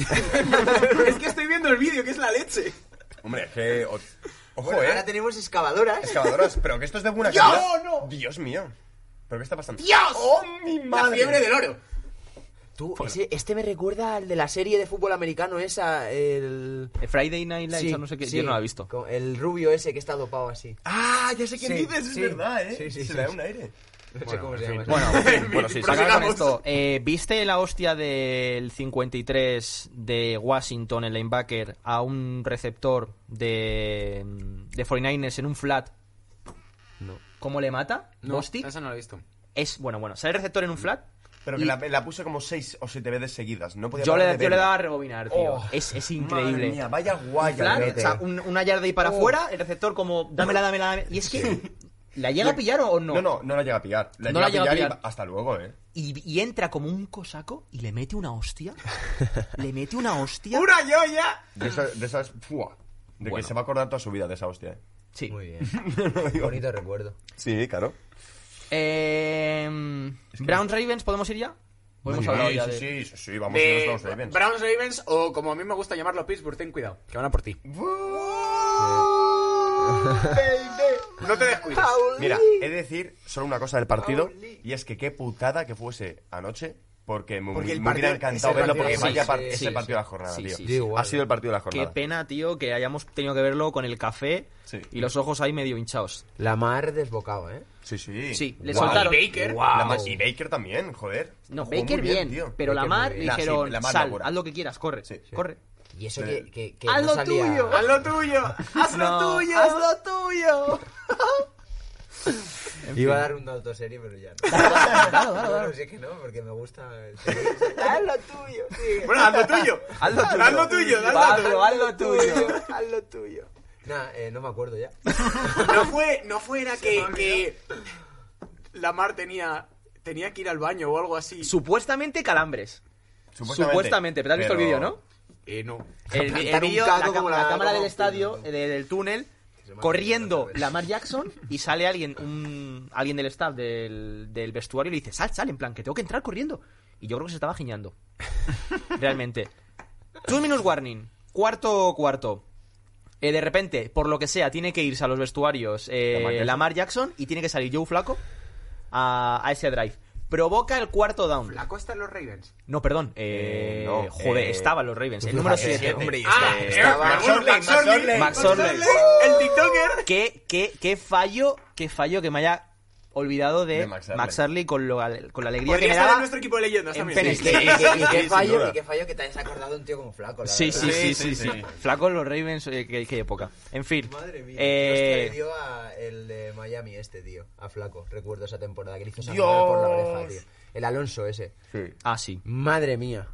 es que estoy viendo el vídeo, que es la leche.
Hombre, es que... o- Ojo,
Bueno,
eh.
ahora tenemos excavadoras.
Excavadoras, pero que esto es de buena
¡Dios!
calidad.
¡No!
Dios mío. ¿Pero qué está pasando?
¡Dios!
¡Oh, mi madre!
La fiebre del oro.
Tú, ese- este me recuerda al de la serie de fútbol americano esa, el...
Eh, Friday Night Lights,
Sí,
o no sé qué,
sí.
yo no la he visto.
Con El rubio ese que está dopado así.
¡Ah, ya sé quién
Sí,
dices! Es
sí.
verdad, ¿eh?
Sí, sí,
Se
sí,
le da
sí.
un aire.
No sé cómo se llama.
Bueno,
bueno, sí, sí.
Acaba con
Prosigamos.
esto. Eh, ¿Viste la hostia del 53 de Washington, el linebacker, a un receptor de, de 49ers en un flat?
No.
¿Cómo le mata? ¿Bosti?
esa no la he visto.
Es, bueno, bueno, sale el receptor en un flat.
Pero
y
que la, la puse como seis o siete veces seguidas. No podía
yo,
parar
le,
de
yo le
verla.
daba a rebobinar, tío.
Oh,
es, es
Madre
increíble.
mía, vaya
Un
guaya.
flat,
Lorete. Oh.
o sea, un- una yarda y para afuera, el receptor como, dámela, dámela, dámela. Y es que, ¿la llega a pillar o- o
No, no, no la llega a pillar. La
No
llega
la
a
llega
pillar,
a
y
pillar.
va- hasta luego, ¿eh?
y, y entra como un cosaco y le mete una hostia. le mete una hostia.
¡Una yo ya!
De esas... De, esas, ¡fua! de
Bueno.
que se va a acordar toda su vida de esa hostia, ¿eh?
Sí.
Muy bien. Bonito recuerdo.
Sí, claro.
Eh, Browns Ravens, ¿podemos ir ya? Podemos
Sí,
hablar Pues ya
sí,
de-
sí, sí, sí, vamos,
De
sí, nos vamos, bien.
Browns Ravens, o como a mí me gusta llamarlo Pittsburgh, ten cuidado, que van a por ti. No te descuides.
Mira, he de decir solo una cosa del partido y es que qué putada que fuese anoche porque me,
Porque el
me hubiera
partido-
encantado
ese
verlo
partido-
porque
sí,
vaya
sí,
par-
sí,
ese
sí,
partido
sí.
de la jornada,
Sí,
tío.
sí,
Yo igual.
Ha sido el partido de la
Qué
jornada.
pena, tío, que hayamos tenido que verlo con el café
Sí.
y los ojos ahí medio hinchados.
La mar desbocado, ¿eh?
Sí, sí.
Sí, le
Guau.
soltaron.
Y Baker.
La
Guau.
ma- y Baker también, joder.
No,
Jugó muy
Baker bien,
tío.
pero la
Baker
mar
muy
le
bien. Nah, sí,
dijeron,
la Mar
sal,
locura.
haz lo que quieras, corre,
Sí, sí.
corre.
Y eso
Sí.
que, que, que
Haz
no
Eh, lo
salía-
tuyo.
¡Haz lo tuyo! ¡Haz lo
No,
tuyo!
¡Haz lo tuyo!
Iba a dar un dato serio, pero ya no. No, no, sí que no, porque me gusta. el- Haz lo tuyo, sí.
Bueno, haz lo tuyo.
Haz lo tuyo.
Haz lo tuyo, haz lo
Pablo,
tuyo.
haz lo tuyo.
Haz lo tuyo. Nah, eh, no me acuerdo ya.
No fue, no fue era que, que la mar tenía, tenía que ir al baño o algo así.
Supuestamente calambres.
Supuestamente.
Supuestamente, pero has visto el
Pero-
vídeo, ¿no?
Eh, no.
El, el
Plantar un
vídeo,
caco
la,
como
cámara- la
la-
cámara
como-
del estadio, eh, de- del túnel,
se me ha olvidado
corriendo
otra vez.
Lamar Jackson y sale alguien, un, alguien del staff del, del vestuario y le dice, sal, sal, en plan, que tengo que entrar corriendo. Y yo creo que se estaba giñando. Realmente. Two minutes warning. Cuarto, cuarto. Eh, de repente, por lo que sea, tiene que irse a los vestuarios eh,
Lamar Jackson.
Lamar Jackson y tiene que salir Joe Flaco a, a ese drive. Provoca el cuarto down.
La costa de los Ravens.
No, perdón. eh,
Eh, no,
joder,
eh,
estaban los Ravens. El número
fíjate,
7.
siete.
hombre, y
Ah,
este-
eh,
estaba-
Max Orley, Max Orley,
Max
Max
Orley.
Orley, el TikToker.
¿Qué, qué, qué fallo, qué fallo que me haya olvidado de,
De Max
Max,
Hurley.
Hurley con, lo- con la alegría que
Podría
me
estar en
daba.
nuestro equipo de leyendas
en
también.
Y
Phoenix.
que- y que- y
Sí,
qué
sin
fallo,
duda.
y qué fallo que te hayas acordado de un tío como flaco. la
Sí,
verdad.
sí, sí,
Sí,
sí, sí.
sí, sí.
Flaco los Ravens, eh, qué, qué época. En fin.
Madre mía.
eh,
Hostia, le dio a el de Miami este, tío. A flaco. Recuerdo esa temporada que le hizo sangrar
Dios.
por la oreja, tío. El Alonso ese.
Sí.
ah, sí.
Madre mía.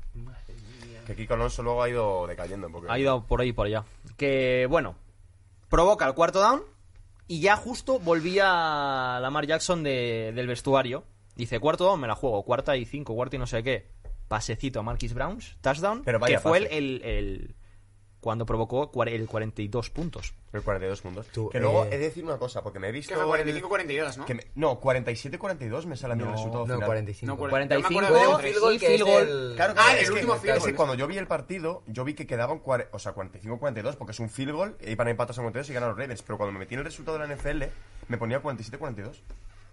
Que Kiko Alonso luego ha ido decayendo. Porque...
Ha ido por ahí y por allá. Que, bueno, provoca el cuarto down y ya justo volvía Lamar Jackson de- del vestuario. Dice, cuarto down, me la juego. Cuarta y cinco, cuarta y no sé qué. Pasecito a Marquis Browns, touchdown.
Pero vaya
que fue el,
pase.
el- el- cuando provocó cuar- el 42 puntos.
Pero 42 puntos.
Tú,
que luego
eh,
he de decir una cosa, porque me he visto.
Que fue
el-
45-42, ¿no?
que me- no, 47-42 me sale a mí el resultado
No,
final.
45.
No, 40. Yo me
45
acuerdo de un
field goal
y
que
field
es
goal.
el-
Claro,
Ah,
claro,
el
es que-
último field
es que
goal.
cuando yo vi el partido, yo vi que quedaban cuare- o sea, 45-42, porque es un field goal, e iban empatados a 42 y ganaron los Ravens. Pero cuando me metí en el resultado de la NFL, me ponía 47-42.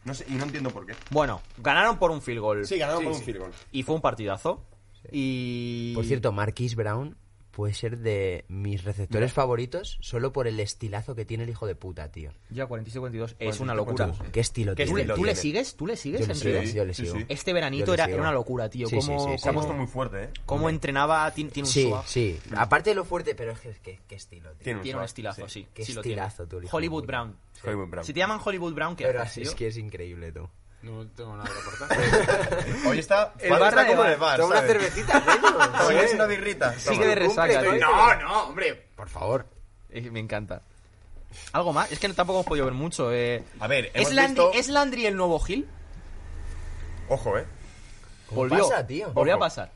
No sé, y no entiendo por qué.
Bueno, ganaron por un field goal.
ganaron
por un field
goal.
Y fue un partidazo. Y...
Por cierto, Marquis Brown puede ser de mis receptores favoritos solo por el estilazo que tiene el hijo de puta, tío.
Ya 47-42. Es una locura.
45-42.
¿Qué estilo
Que tú,
tiene?
le-
lo
tú le
tiene.
sigues? ¿Tú le sigues,
Yo le
Enrique?
sigo, yo le
Sí,
sigo.
sí.
Este
Yo
veranito
le
era,
sigo.
era una locura, tío.
Sí, sí,
cómo,
sí, sí.
Se ha puesto
cómo-
muy fuerte, ¿eh?
cómo entrenaba, tiene, tiene un
Sí,
swag.
sí. Aparte de lo fuerte, pero es que qué, qué estilo, tío.
Tiene un,
Tiene un
swag,
estilazo, sí.
Qué
sí lo tiene.
estilazo, tú, el hijo
Hollywood
de puta.
Brown.
Soy muy bravo.
Si te llaman Hollywood Brown, ¿qué
Pero
haces,
así
tío?
es que es increíble, tú.
No tengo nada que aportar.
Eh, Hoy está.
El
Pablo
barra
está
de
como
bar.
en el bar.
Toma una
Ah, ¿sabes?
cervecita, menos.
Hoy es una birrita.
Sigue de resaca,
Cumple,
tío.
¿eh? No, no, hombre.
Por favor.
Eh, Me encanta. ¿Algo más? Es que no- tampoco hemos podido ver mucho. eh.
A ver, hemos
¿Es Landry,
visto-
¿Es Landry el nuevo Gil?
Ojo, ¿eh?
¿Cómo
Volvió.
pasa, tío?
Volvió a
Ojo.
pasar.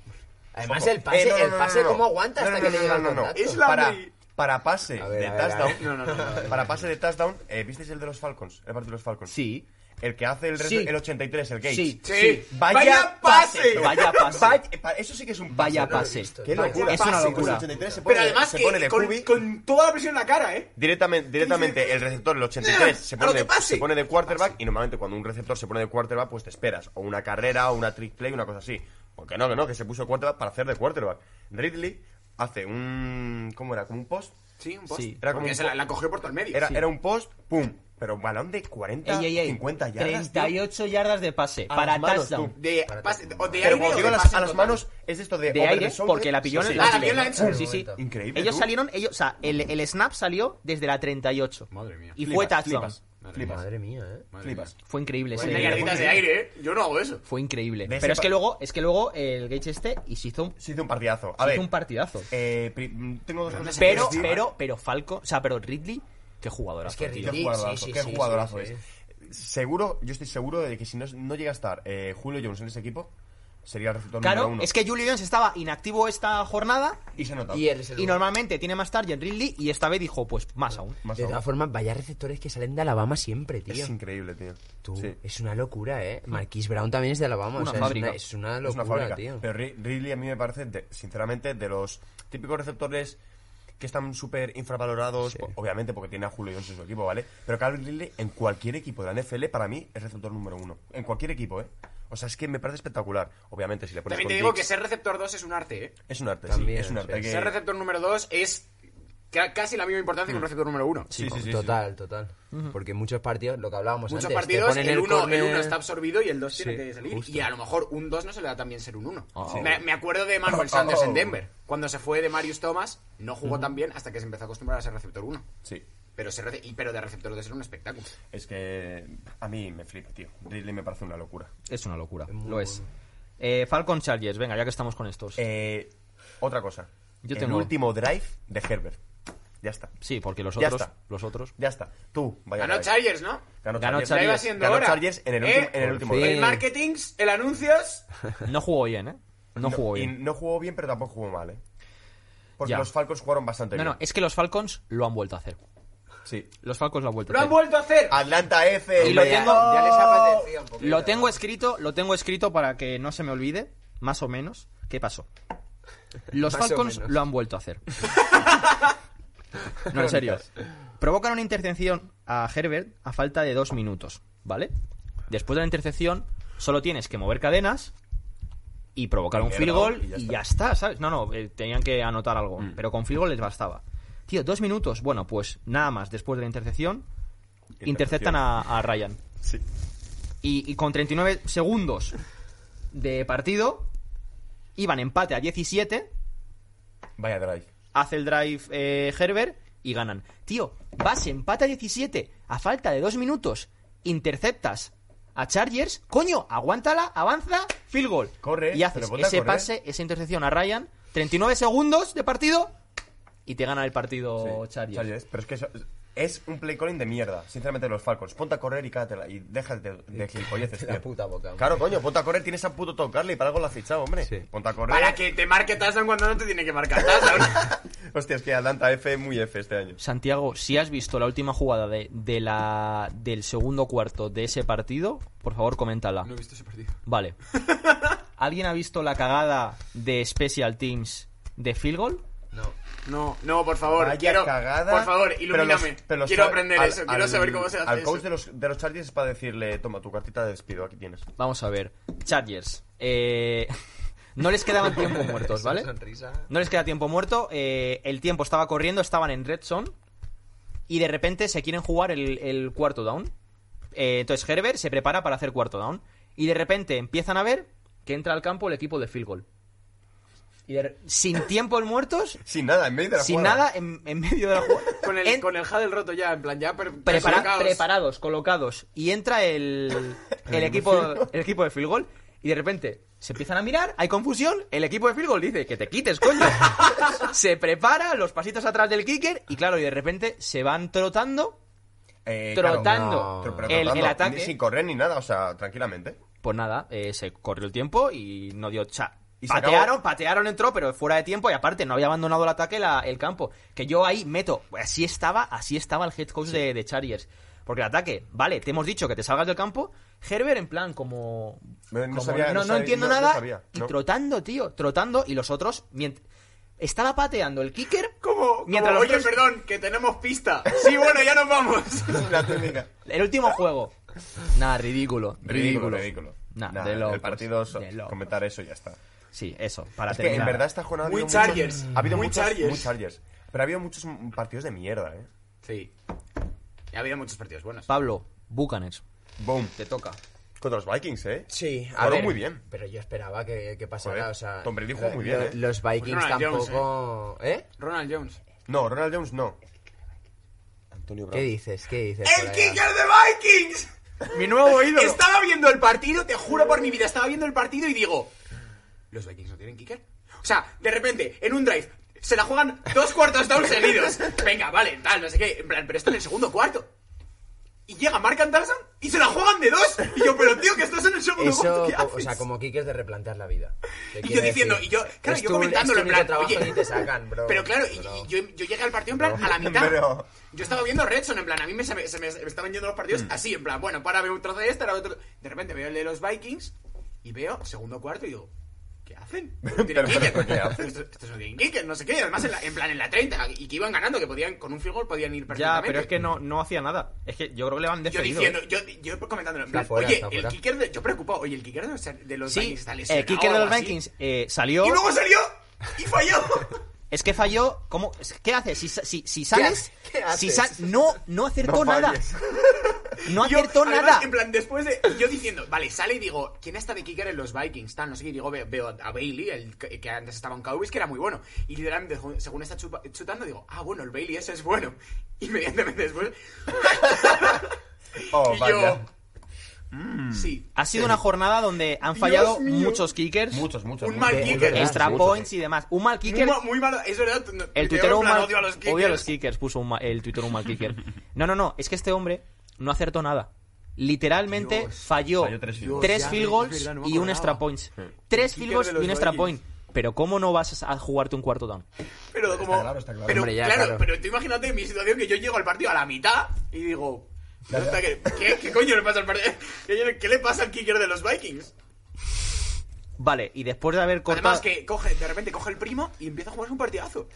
Además,
Ojo.
el pase,
Eh, no, no,
el
no,
pase
no, no.
¿cómo aguanta
No,
hasta
no,
que
no,
le llega
no,
el
no, no.
contrato?
Es la-
Para,
Landry.
para pase
A ver,
de
a ver, a
touchdown.
ver.
No, no, no, no, no.
Para pase de touchdown, eh, ¿visteis el de los Falcons? El partido de los Falcons.
Sí.
El que hace el, res-
Sí.
el 83, el Gates.
Sí.
Sí.
Vaya,
pase.
Vaya pase.
Vaya- eh, pa- eso sí que es un pase.
Vaya
¿no?
pase.
Qué
Vaya
locura.
Es una
Pase,
locura.
el 83 se pone,
Pero además
se
que
pone de
con,
cubi.
con toda la presión en la cara, ¿eh?
Directamente, directamente el receptor, el 83, se
A
pone,
lo que
de,
pase.
se pone de quarterback y normalmente cuando un receptor se pone de quarterback pues te esperas o una carrera o una trick play, una cosa así. Porque no, que no, que se puso quarterback para hacer de quarterback. Ridley hace un... ¿Cómo era? ¿Como un post?
Sí, un post.
Sí.
Era como
Porque
un
se la,
post.
la cogió por todo el medio.
Era,
Sí.
era un post, pum, pero balón de 40,
Ey, ey, ey.
50 yardas. tío.
38 yardas de pase
A
para
las manos,
touchdown.
tú.
De, pase, o de
Pero
aire
cuando
o
digo a
de
las,
pase
a las
total.
manos es de esto de...
de
over
aire
the shoulder.
porque la pilló
Sí,
en
sí.
la
Ah, la pilló en la
chilena.
end
Sí, sí.
zone.
Increíble,
Ellos
tú.
salieron, ellos, o sea, el, el snap salió desde la 38.
Madre mía.
Y fue
Flipas,
touchdown.
flipas, flipas,
Madre mía, ¿eh?
flipas.
Fue increíble ese
Una
día.
yarditas de aire, ¿eh? Yo no hago eso.
Pues
Fue increíble.
De ese
Pero es que
pa-
luego, es que luego el Gage este y se hizo un,
Se hizo un partidazo. A
se
ver,
hizo un partidazo.
eh, pri- tengo dos cosas que
Pero,
decir.
pero, pero Falco, o sea, pero Ridley, qué jugador.
Es que
Qué
Ridley,
jugadorazo,
sí, sí,
qué
sí,
jugadorazo
sí, sí.
es. Seguro, yo estoy seguro de que si no, no llega a estar eh, Julio Jones en ese equipo, sería el resultado número
Claro,
uno.
es que Julio Jones estaba inactivo esta jornada
Y se nota.
Y él es el
y normalmente tiene más target Ridley y esta vez dijo, pues más aún.
Más
De
aún.
todas formas, vaya receptores que salen de Alabama siempre, tío.
es increíble, tío.
Tú,
Sí.
Es una locura, ¿eh? Marquis Brown también es de Alabama.
Una
o sea,
fábrica.
Es, una, es una
Es
locura,
una fábrica.
tío.
Pero Ri- Ridley a mí me parece, de- sinceramente, de los típicos receptores que están súper infravalorados, po- obviamente porque tiene a Julio Jones en su equipo, ¿vale? Pero Calvin Ridley en cualquier equipo de la NFL, para mí, es receptor número uno. En cualquier equipo, ¿eh? O sea, es que me parece espectacular. Obviamente, si le pones
También te
con
digo que
tics-
ser receptor 2 es un arte, ¿eh?
es un arte,
También,
sí, es un arte.
sí.
hay que-
Ser receptor número 2 es ca- casi la misma importancia que un receptor número 1.
Mm. Sí, sí, sí, sí.
total, total. Porque muchos partidos, lo que hablábamos
Muchos
antes, te
partidos
ponen
el 1 el uno
córner-
está absorbido y el 2 tiene
Sí,
que salir.
justo.
Y a lo mejor un 2 no se le da también ser un 1.
Oh.
Me, me acuerdo de
Oh,
Manuel Sanders
oh.
en Denver. Cuando se fue de Marius Thomas, no jugó tan bien hasta que se empezó a acostumbrar a ser receptor 1.
Sí.
Pero, ser rece- y- pero de receptor 2 era un espectáculo.
Es que a mí me flipa, tío. Ridley me parece una locura.
Es una locura.
muy
Lo es.
bueno.
Eh, Falcon Chargers, venga, ya que estamos con estos.
Eh, otra cosa.
Yo
el
tengo-
último drive de Herbert. Ya está.
sí, porque los
ya
otros.
está.
Los otros.
Ya está. Tú, vaya.
Ganó
drive.
Chargers, ¿no?
Ganó
Ganó Chargers.
Chargers.
Ya iba siendo
Ganó
hora.
Chargers en el,
Eh,
último- en el
por
último
fin.
drive.
El marketing, el anuncios.
No jugó bien, ¿eh? No jugó
y
bien.
no jugó bien, pero tampoco jugó mal, ¿eh? Porque
Ya.
los Falcons jugaron bastante
No,
bien.
no, es que los Falcons lo han vuelto a hacer.
Sí.
Los Falcons lo han vuelto
¡Lo
a
han
hacer.
vuelto a hacer!
Ah,
Oh.
Atlanta F.
Y lo
vaya.
tengo-
Ya les ha apetecido un poquito.
Lo tengo escrito, lo tengo escrito para que no se me olvide, más o menos, qué pasó. Los
Más o
Falcons
menos.
lo han vuelto a hacer. no, en serio. Provocan una intercepción a Herbert a falta de dos minutos, ¿vale? Después de la intercepción, solo tienes que mover cadenas y provocar un
Qué
field
bravo,
goal y ya, está, ¿sabes? No, no, eh, tenían que anotar algo, pero con field goal les bastaba. Tío, dos minutos, bueno, pues nada más después de la intercepción, interceptan a- a Ryan
Sí.
y, y con 39 segundos de partido iban empate a 17,
Vaya drive.
hace el drive eh, Herbert y ganan. Tío, vas empate a 17 a falta de dos minutos, interceptas a Chargers, coño, aguántala, avanza, field goal.
Corre,
y haces
pero ponte a
ese
correr.
pase, esa intercepción a Ryan, 39 segundos de partido y te gana el partido
Sí,
Oh, Chargers.
Chargers, Pero es que eso- es un play calling de mierda, sinceramente, los Falcons. Ponte a correr y cágatela y déjate de- de gilipolleces,
la
tío.
puta boca, hombre.
Claro, coño, ponte a correr, tienes a puto tocarle y para algo lo has fichado, hombre.
Sí.
Ponte a correr.
Para que te marque touchdown cuando no te tiene que marcar touchdown.
Hostia, es que Atlanta F muy F este año.
Santiago, si has visto la última jugada de, de la, del segundo cuarto de ese partido, por favor, coméntala.
no he visto ese partido.
Vale. ¿Alguien ha visto la cagada de Special Teams de field goal?
No.
No, no, por favor.
Vaya
quiero,
cagada.
Por favor,
Pero los-
ilumíname.
pero los
quiero
Fal-
aprender
al-
eso. Quiero
al-
saber cómo se hace
Al coach
eso.
de los, de los Chargers es para decirle, toma, tu cartita de despido, aquí tienes.
Vamos a ver. Chargers. Eh, no les quedaban tiempo muertos, ¿vale?
Sonrisa.
No les queda tiempo muerto. eh, el tiempo estaba corriendo, estaban en red zone. Y de repente se quieren jugar el, el cuarto down. Eh, entonces Herbert se prepara para hacer cuarto down. Y de repente empiezan a ver que entra al campo el equipo de field goal. Y de re- sin tiempos muertos,
Sin nada, en medio de la
sin
jugada.
nada, en, en medio de la jugada.
Con el,
en-
con el Jadel roto ya, en plan, ya pre-
prepara-
colocados.
preparados, colocados. Y entra el, el, equipo, el equipo de field goal. Y de repente se empiezan a mirar, hay confusión. El equipo de field goal dice que te quites, coño. se prepara, los pasitos atrás del kicker. Y claro, y de repente se van trotando.
Eh, claro,
Trotando
pero- pero
el,
trotando,
el ataque.
ni sin correr ni nada, o sea, tranquilamente.
Pues nada, eh, se corrió el tiempo y no dio cha.
Y se
patearon,
acabó.
patearon, entró, pero fuera de tiempo y aparte no había abandonado el ataque la- el campo. Que yo ahí meto, así estaba, así estaba el head coach de, de Chargers. Porque el ataque, vale, te hemos dicho que te salgas del campo. Herbert en plan como...
No- Eh, no
como,
sabía- no sabía-
entiendo
no- no
nada.
sabía,
y
no.
trotando, tío, trotando. Y los otros, mient- estaba pateando el kicker.
Como,
Mientras
como,
los
oye,
otros-
perdón, que tenemos pista. Sí, bueno, ya nos vamos.
La técnica.
El último juego. Nada, ridículo. Ridículo.
Ridículo, ridículo.
Nah,
Nah,
de locos,
el partido, so-
de locos.
comentar eso y ya está.
Sí, eso, para
Es que en
terminar.
verdad esta jornada ha
Muy
habido
Chargers,
muchos- ha habido
muy
muchos,
Chargers.
muy Chargers. Pero ha habido muchos m- partidos de mierda, ¿eh?
Sí. Ha habido muchos partidos buenos.
Pablo, Bucaners,
Boom.
te toca.
Contra los Vikings, ¿eh?
Sí, a
Jugaron
ver,
muy bien.
Pero yo esperaba que, que pasara,
Joder,
o sea...
Tom Brady jugó
lo-
muy bien,
lo-
¿eh?
Los Vikings
Pues Ronald Jones,
tampoco... ¿Eh?
Ronald Jones.
No, Ronald Jones no. Antonio
¿Qué dices? ¿Qué dices?
¡El
colega?
kicker de Vikings!
Mi nuevo ídolo.
Estaba viendo el partido, te juro por mi vida, estaba viendo el partido y digo, ¿los Vikings no tienen kicker? O sea, de repente, en un drive, se la juegan dos cuartos down seguidos. Venga, vale, tal, no sé qué, en plan, pero está en el segundo cuarto. Y llega Mark Anderson y se la juegan de dos. Y yo, pero tío, que estás en el segundo cuarto,
Eso,
¿qué
co-
haces?
o sea, como kickers de replantear la vida. Te
Y yo
quiero
diciendo,
decir,
y yo, claro,
es
yo
tu-
comentándolo
es
en
tu
plan,
único trabajo
oye,
y te sacan, bro.
Pero claro, y-
Bro.
y yo, yo llegué al partido en plan a la mitad.
Pero-
Yo estaba viendo Redson, en plan, a mí me, se me, se me- se me estaban yendo los
Hmm.
partidos así, en plan, bueno, para veo un trozo de este, ahora otro. De repente veo el de los Vikings y veo segundo cuarto y digo, ¿qué hacen? No tienen
Pero, pero,
kicker.
¿qué hacen?
Esto- Esto es un kicker, no sé qué. Además, en, la- en plan, en la 30. Y que iban ganando, que podían, con un field goal podían ir perfectamente.
Ya, pero es que no, no hacía nada. Es que yo creo que le han
Yo
defendido. ¿eh?
diciendo, yo, yo comentándolo en
Está
plan,
fuera,
oye,
está
el
fuera.
kicker de, yo preocupado, oye, el kicker de los, de los
Sí, eh,
Vikings está lesionado.
el kicker
o
de los
algo así.
Vikings eh, salió.
Y luego salió y falló.
Es que falló. ¿Cómo? es- ¿Qué haces? Si, sa- si, si sales.
haces? ¿Qué haces?
Si sal- no, no acertó
No
nada.
falles.
No
Yo,
acertó
además,
nada.
En plan, después de. Yo diciendo, vale, sale y digo, ¿quién está de kicker en los Vikings? Tal, no sé qué. Y digo, ve- veo, a Bailey, el que que antes estaba en Cowboys, que era muy bueno. Y literalmente, jo- según está chupa- chutando, digo, ah, bueno, el Bailey ese es bueno. Inmediatamente después.
Oh,
y yo.
vaya.
Sí.
Mm. Ha sido una jornada donde han fallado
mío.
muchos kickers.
Muchos, muchos.
Un
muchos.
mal
Es
kicker.
verdad,
extra
sí, muchos.
points y demás. Un mal
Muy,
kicker.
ma- muy malo, es verdad. no-
El
tuitero
tuitero
en
un
plan,
mal-
odio a los kickers.
odio a los kickers, puso un ma- el tuitero un mal kicker. No, no, no, es que este hombre no acertó nada. Literalmente
Dios.
falló,
Falló tres field goals.
tres
Ya,
field
es
goals
verdad, no me
y un
acordaba.
extra points. Tres
Kicker
field
de
goals
los
y un extra
Vikings.
point. Pero ¿cómo no vas a jugarte un cuarto down?
Pero como.
claro, está claro.
Pero,
Hombre, ya,
claro,
claro.
pero tú imagínate mi situación que yo llego al partido a la mitad y digo.
Ya,
"Hostia,
ya.
¿qué- ¿Qué, qué coño le pasa al partido? ¿Qué, qué le pasa al kicker de los Vikings?
Vale, y después de haber cortado
Además que coge, de repente coge el primo y empieza a jugarse un partidazo.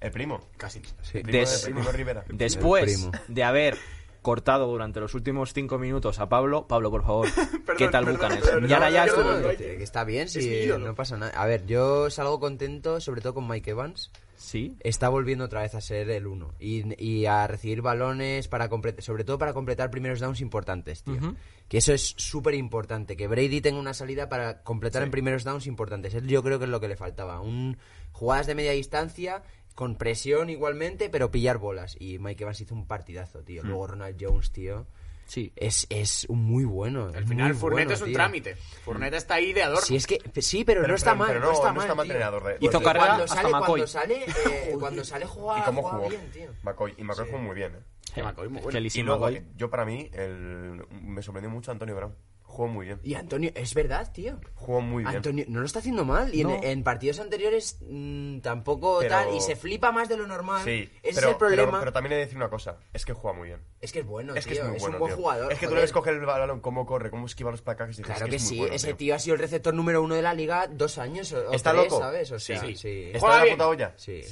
El primo.
Casi.
Sí.
Primo de-
Des-
primo de Rivera.
después
primo.
de haber cortado durante los últimos cinco minutos a Pablo, Pablo, por favor, ¿qué
Perdón,
tal
perdón,
Bucanes?
perdón,
Y ahora
no,
ya
no,
es tu
no, no,
momento.
no.
Que está bien,
Es
si
mi ídolo.
no pasa nada. A ver, yo salgo contento, sobre todo con Mike Evans.
Sí.
Está volviendo otra vez a ser el uno y, y a recibir balones, para comple- sobre todo para completar primeros downs importantes, tío.
Ujú.
Que eso es súper importante, que Brady tenga una salida para completar en primeros downs importantes. Él yo creo que es lo que le faltaba. Un, jugadas de media distancia, con presión igualmente, pero pillar bolas. Y Mike Evans hizo un partidazo, tío.
Hmm.
Luego Ronald Jones, tío.
Sí.
Es, es un muy bueno.
Al final Fournette es un
trámite
trámite. Fournette está ahí de adorno.
Sí, es que, sí, pero, no está
pero-
mal.
pero
no,
no-
está
no
mal.
está mal
tío.
entrenador, eh.
Hizo
Porque
carrera
cuando
hasta
sale,
McCoy.
Cuando sale, eh, cuando sale juega,
¿Y cómo
juega
jugó?
bien, tío.
McCoy. Y McCoy jugó muy bien, eh.
Que McCoy, muy
Es
bueno.
que
Y
Lizzie
luego,
McCoy-
eh, yo para mí, el- me sorprendió mucho Antonio Brown. Jugó muy bien.
Y Antonio, es verdad, tío.
Jugó muy bien.
Antonio no lo está haciendo mal. Y en-
No.
en, partidos anteriores mm, tampoco
Pero-
tal. Y se flipa más de lo normal.
Sí,
Ese
pero,
es el problema.
Pero, pero también he de decir una cosa, es que juega muy bien.
es que es bueno,
Es que
tío.
es muy bueno,
un buen
tío.
jugador.
Es que tú le
joder.
ves coger el balón, cómo corre, cómo esquiva los placajes. y dices,
Claro
es
que
es muy
sí,
bueno,
ese
tío.
tío ha sido el receptor número uno de la liga dos años o, o
¿Está
tres,
loco?
¿sabes? O sea,
sí.
sí.
¿Está
Juega
en la
bien.
puta olla?
Sí.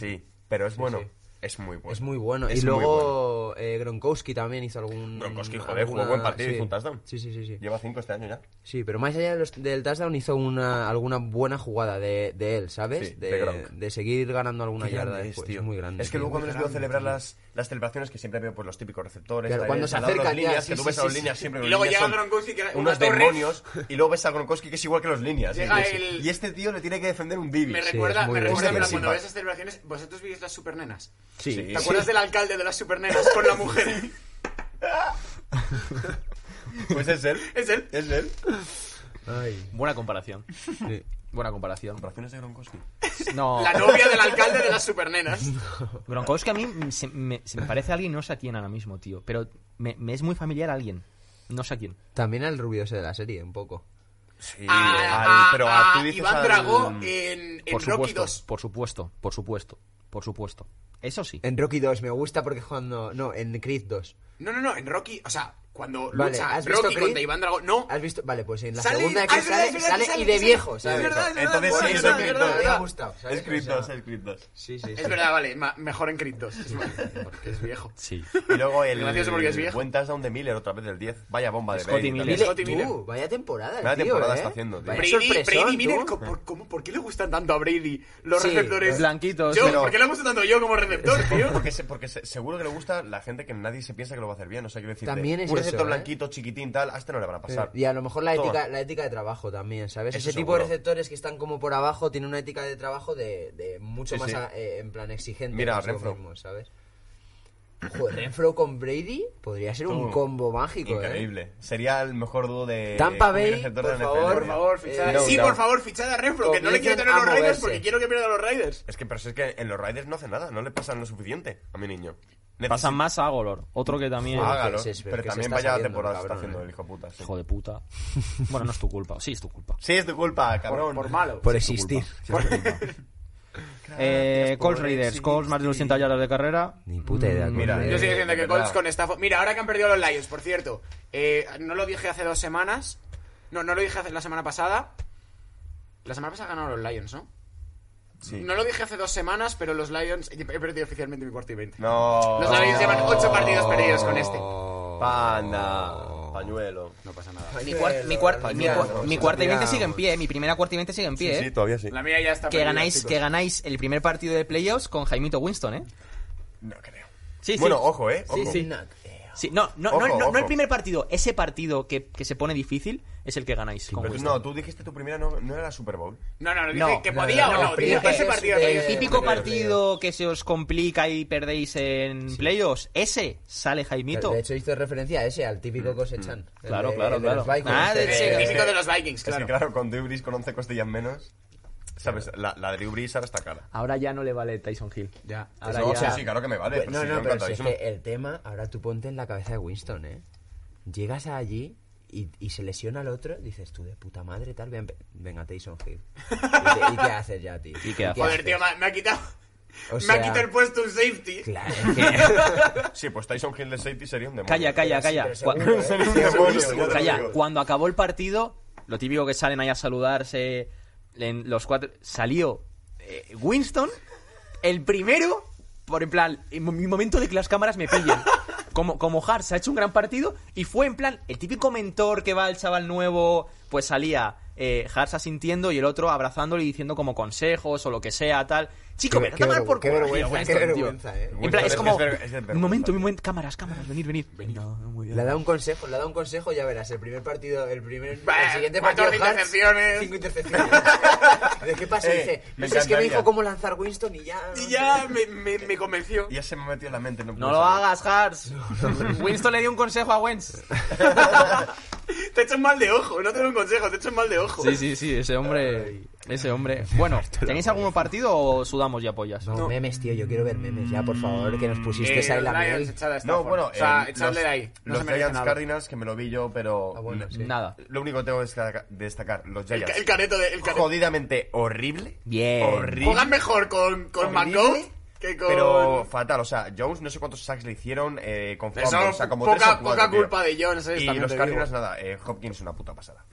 pero es bueno.
sí.
Es muy bueno.
Es muy bueno.
Es muy
y luego eh, Gronkowski también hizo algún.
Gronkowski, joder, jugó buen partido y hizo un touchdown.
Sí, sí, sí. sí.
Lleva cinco este año ya.
Sí, pero más allá de los- del touchdown hizo una, alguna buena jugada de, de él, ¿sabes?
Sí, de Gronk.
seguir ganando alguna
Qué
yarda
grande es,
después.
tío.
Es muy grande.
Es que
tío.
luego cuando les veo celebrar las, las celebraciones, que siempre veo pues, los típicos receptores,
Claro,
tal,
cuando
el-
se
al lado de
acercan
las
ya,
líneas,
sí,
que tú
sí,
ves a
sí,
los
sí.
líneas siempre
Y
los
luego
líneas
llega
son
Gronkowski, que era una
unos
torre.
demonios, y luego ves a Gronkowski que es igual que los líneas.
Llega
y, dices,
el-
y este tío le tiene que defender un divi.
Me
Sí,
recuerda,
es muy
me
bestia.
recuerda en plan,
Sí,
cuando
va.
ves esas celebraciones, vosotros visteis las supernenas.
Sí.
Sí.
¿Te acuerdas del alcalde de las supernenas con la mujer?
Pues es él.
Es él.
Es él.
Ay.
Buena comparación. Buena comparación.
Comparaciones de Gronkowski.
No.
La novia del alcalde de las supernenas.
Gronkowski a mí se me, se me parece a alguien, no sé a quién ahora mismo, tío. Pero me, me es muy familiar a alguien. No sé a quién.
También al rubio ese de la serie, un poco.
Sí,
A,
al-
a-
pero a,
a
tú dices
Ah, Iván
al-
Drago en, en
Por
Rocky
supuesto,
2.
por supuesto, por supuesto, por supuesto. Eso sí.
En Rocky 2 me gusta porque cuando... No, en Creed 2.
No, no, no, en Rocky, o sea, cuando
Vale,
lucha
¿has visto
Rocky
Creed?
contra Iván Drago, no.
¿Has visto? Vale, pues en la
Sale-
segunda
ah,
que
es verdad,
sale,
es verdad,
sale
sale-
y de
sí,
viejo,
es
¿sabes?
verdad, es verdad,
Entonces
es
sí,
verdad,
es
es
de Creed
verdad,
dos.
es
Me ha
verdad.
gustado, ¿sabes?
Es Creed
O sea,
2, es Creed 2.
Sí, sí, sí.
Es verdad, vale, ma- mejor en Creed 2. Es ma- porque es viejo.
Sí.
Y luego el
Gracioso porque es viejo.
buen touchdown de Miller otra vez del 10. Vaya bomba de
Scotty
Brady
Miller.
también.
Dile,
Scotty
tú,
Miller.
vaya temporada, el
Vaya
tío,
temporada
¿eh?
está haciendo, tío.
Vaya
Brady,
sorpresón,
Brady Miller,
tú.
co- por, cómo- ¿por qué le gustan tanto a Brady los
Sí,
receptores?
blanquitos,
Yo,
pero-
¿Por qué le gustan tanto yo como receptor, tío?
Porque, se- porque se- seguro que le gusta la gente que nadie se piensa que lo va a hacer bien. O sea, quiero decir,
También es
un receptor
eso, ¿eh?
blanquito, chiquitín, tal, a este no le van a pasar.
Y a lo mejor la
Toma.
ética, la ética de trabajo también, ¿sabes?
Eso
Ese tipo de
seguro.
receptores que están como por abajo tienen una ética de trabajo de, de mucho
Sí,
más
sí.
a- eh, en plan exigente.
Mira,
consigo
Renfro.
mismo, ¿sabes? Joder, Renfro con Brady podría ser un
Tú.
combo mágico, ¿eh?
Increíble. Sería el mejor dúo de.
Tampa
un
Bay,
receptor
por
de NFL,
favor,
Por
tío.
favor, fichad.
Eh, no,
sí,
no.
por favor, fichad a Renfro, que no le quiero
Comienzan
tener
a
los Raiders
moverse.
porque quiero que pierda los Raiders.
Es que, pero si es que en los Riders no hace nada, no le pasan lo suficiente a mi niño.
Pasan más a Golor, otro que también...
Joder.
Hágalo.
que se-
Pero
que se
también
está
vaya
saliendo,
temporada está
cabrón,
haciendo
eh.
el hijo puta. sí.
Hijo de puta. Bueno, no es tu culpa. Sí, es tu culpa.
Sí, es tu culpa, cabrón.
Por malo.
Por existir.
Eh, Colts Raiders, Colts más de 200 yardas de carrera.
Ni puta idea.
Mm,
con
mira,
Brady.
Yo
sí.
sigo diciendo
de
que
Eh, verdad.
Colts con Stafford. Mira, ahora que han perdido los Lions, por cierto. eh, no lo dije hace dos semanas. No, no lo dije hace- la semana pasada. La semana pasada ganaron los Lions, ¿no?
Sí.
No lo dije hace dos semanas, pero los Lions. He perdido oficialmente mi cuarto y 20.
No.
Los Lions llevan ocho partidos perdidos con este.
Panda. Pañuelo.
No pasa nada.
Mi, cuar- mi, cuar- mi
Pañuelo,
cuar-
pañuelo,
mi cuarta y veinte sigue en
pañuelo.
pie, eh. mi primera cuarta y veinte sigue en pie.
Sí,
eh.
sí, todavía sí.
La mía ya está.
que
perdida,
ganáis,
chicos.
que ganáis el primer partido de playoffs con Jaimito Winston, ¿eh?
No creo.
Sí, sí.
eh. Bueno, ojo, eh.
Sí,
Ojo.
sí.
No creo.
Sí, no, no,
Ojo,
no, no, no
ojo.
el primer partido, ese partido que, que se pone difícil es el que ganáis. con
Pero tú-
Winston.
no, tú dijiste tu primera no, no era la Super Bowl.
No, no, no. Dije
No,
que
no,
podía
no,
o no.
no,
dije
pero-
ese partido.
eh,
el
perdido.
típico
creo,
partido que se os complica y perdéis en playoffs, ese sale Jaimito.
De hecho, hizo referencia a ese, al
Mm,
típico cosechan.
Claro, claro, claro. Ah, de
Eh,
hecho,
el típico de los Vikings,
Es que
claro.
claro, con Drew Brees con 11 costillas menos, ¿sabes? La, la Drew Brees ahora está cara.
Ahora ya no le vale Tyson Hill.
Ya.
Ahora
No,
ya-
sí, sí, claro que me vale.
Bueno,
pero sí,
no,
yo
no, pero si es
encantadísimo.
que el tema, ahora tú ponte en la cabeza de Winston, ¿eh? Llegas allí y, y se lesiona al otro, dices tú de puta madre, tal, ven- venga, Tyson Hill. ¿Y, qué- y qué haces ya, tío?
¿Y qué haces?
Joder, tío, me, me ha quitado. me ha quitado el puesto un safety.
Claro, es que-
Sí, pues Tyson Hill de safety sería un demonio.
Calla, calla,
Pero sí,
calla.
pero
Cua-
seguro, ¿eh?
Sería un demonio, ya te lo
Calla,
digo.
cuando acabó el partido, lo típico que salen ahí a saludarse en los cuatro. Salió eh, Winston, el primero, por en plan, en mi momento de que las cámaras me pillen. Como, como Hart se ha hecho un gran partido y fue en plan, el típico mentor que va el chaval nuevo, pues salía eh, Hart asintiendo y el otro abrazándole y diciendo como consejos o lo que sea, tal. Chico,
Qué-
me a
qué
tomar
vergü-
por
qué
culo,
vergüenza,
Winston,
qué
tío.
vergüenza, eh.
En plan, es como,
Es ver- es de vergüenza,
un momento,
tío.
un momento, cámaras, cámaras, venir, venir. No, no, muy bien.
Le ha dado un consejo, le ha dado un consejo, ya verás, el primer partido, el primer,
Bah,
el siguiente
cuatro
partido. Hurts,
intercepciones.
Cinco intercepciones. ¿De qué pasa?
Eh,
dice,
me
no sé, es que me
encantaría.
dijo cómo lanzar Winston y ya.
Y ya me, me, me convenció.
Ya se me ha metido en la mente. No,
No
puedo
lo
salir.
hagas, Hars. Winston le dio un consejo a Wentz.
Te echan mal de ojo. No te doy un consejo, te echan mal de ojo.
Sí, sí, sí, ese hombre. Ese hombre. Bueno, ¿tenéis algún partido o sudamos y apoyas?
No, memes, tío, yo quiero ver memes ya, por favor, que nos pusiste
Eh,
esa y la
Lions,
miel.
echad a
No,
Stafford.
bueno,
o sea,
eh,
echadle
los,
de ahí. No se
los
merece
Giants
nada.
Cardinals, que me lo vi yo, pero.
Ah, bueno, sí.
Nada.
Lo único que tengo que destaca- destacar, los
El,
Giants.
el careto de. El careto.
jodidamente horrible.
Bien.
Horrible.
Juegan mejor con, con
Horrible,
McCoy que con.
Pero fatal, o sea, Jones no sé cuántos sacks le hicieron eh, con
Eso,
fumble, o sea, como
poca-
tres o cuatro,
poca
tío.
culpa de Jones, ¿sabes?
Y
También
los
te
Cardinals,
digo.
nada, eh, Hopkins una puta pasada.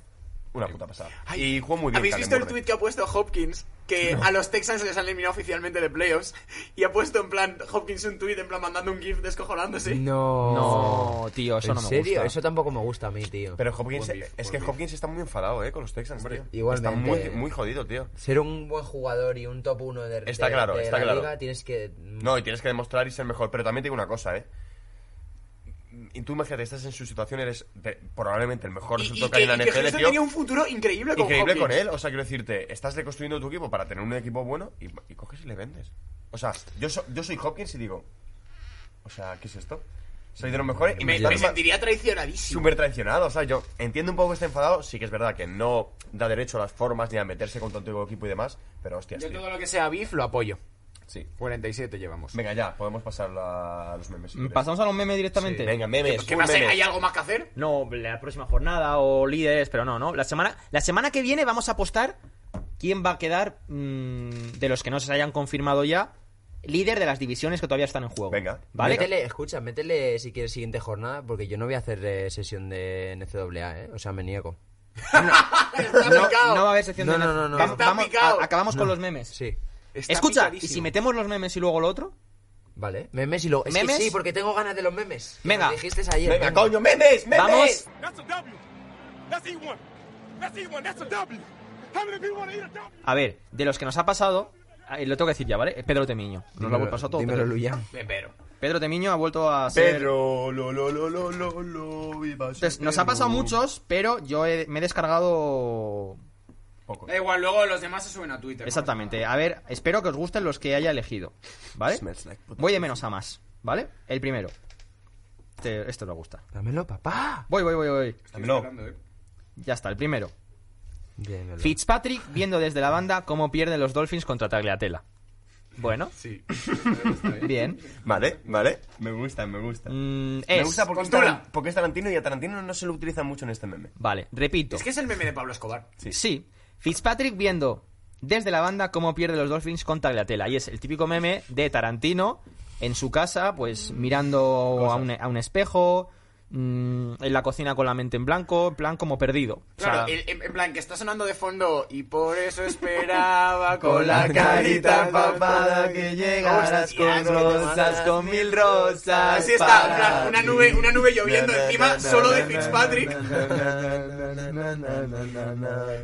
Una puta pasada.
Ay,
y jugó muy bien.
¿Habéis
Kalen
visto el
Murray.
tweet que ha puesto Hopkins? Que a los Texans les han eliminado oficialmente de playoffs. Y ha puesto en plan Hopkins un tweet en plan mandando un GIF descojonándose.
No.
No, tío, eso
¿En
no me
serio?
gusta.
Eso tampoco me gusta a mí, tío.
Pero Hopkins,
Buen beef,
es
buen
que
beef.
Hopkins está muy enfadado, eh, con los Texans, tío.
igualmente.
Está muy, muy jodido, tío.
Ser un buen jugador y un top 1 de,
Está
de-
claro,
de
está
la
claro.
liga, tienes que... mm,
No, y tienes que demostrar y ser mejor. Pero también te digo una cosa, eh. Y tú imagínate, estás en su situación, eres de- probablemente el mejor
Y, y
resultado que
que,
hay en la
y que
NFL,
Houston
tío.
tenía un futuro increíble con
increíble
Hopkins.
con él. O sea, quiero decirte, estás reconstruyendo tu equipo para tener un equipo bueno y, y coges y le vendes. O sea, yo, so- yo soy Hopkins y digo, o sea, ¿qué es esto? Soy de los mejores y
Me,
me,
me sentiría traicionadísimo.
súper traicionado. O sea, yo entiendo un poco que esté enfadado. Sí que es verdad que no da derecho a las formas ni a meterse con tanto equipo y demás, pero hostias,
Yo
tío.
todo lo que sea beef lo apoyo.
Sí.
47 llevamos.
Venga, ya, podemos pasar la- a los memes. si quieres.
Mm, ¿Pasamos a los memes directamente?
Venga, memes.
¿Qué
full
más hay?
memes.
¿Hay algo más que hacer?
No, la próxima jornada o líderes, pero no, no. La semana, la semana que viene vamos a apostar quién va a quedar mm, de los que no se hayan confirmado ya líder de las divisiones que todavía están en juego.
Venga.
¿Vale?
Métele, escucha, métele si quieres siguiente jornada, porque yo no voy a hacer eh, sesión de NCAA, ¿eh? O sea, me niego.
Está picado.
No va a haber sección
No,
de
no, no, no.
Vamos-
Está
vamos-
picado.
a- acabamos con los memes.
Sí.
Está
Escucha,
picadísimo.
y si metemos los memes y luego lo otro.
Vale. Memes y luego... es que
¿Memes?
sí, porque tengo ganas de los memes. que
Venga.
nos dijiste ayer.
Venga, coño, memes,
Vamos.
memes.
That's a W. Let's eat one. Let's eat one. That's a W. How many people want to eat a W?
A ver, de los que nos ha pasado, eh, lo tengo que decir ya, ¿vale? Es Pedro Temiño. Nos lo ha pasado todo.
Dímelo,
Pedro.
Luyan.
Me pero.
Pedro Temiño ha vuelto a ser.
Pedro, lo, lo, lo, lo, lo, lo, viva su
Entonces, nos ha
Perú.
pasado muchos, pero yo he- me he descargado.
Poco.
Da igual, luego los demás se suben a Twitter. ¿no?
Exactamente. A ver, espero que os gusten los que haya elegido. ¿Vale?
Smells like puta
Voy de menos a más, ¿ale? El primero. Este, este os va a gustar.
Dámelo, papá.
Voy, voy, voy, voy.
Estoy
No.
esperando, ¿eh?
Ya está, el primero.
Dímelo.
Fitzpatrick viendo desde la banda cómo pierden los Dolphins contra Tagliatella. Bueno,
Sí.
bien.
Vale, vale. Me gusta, me gusta.
Mm,
Me
es-
gusta porque es,
Postura.
Taran- porque es Tarantino y a Tarantino no se lo utilizan mucho en este meme.
Vale, repito.
Es que es el meme de Pablo Escobar.
Sí.
Sí, Fitzpatrick viendo desde la banda cómo pierde los Dolphins con Tagliatella. Y es el típico meme de Tarantino en su casa, pues mirando a un, a un espejo, mm, en la cocina con la mente en blanco, en plan como perdido. O sea,
Claro, el- en, en plan, que está sonando de fondo y por eso esperaba con la carita empapada que llegaras con rosas, con mil rosas. Así está, en plan, una nube, una nube lloviendo encima solo de Fitzpatrick.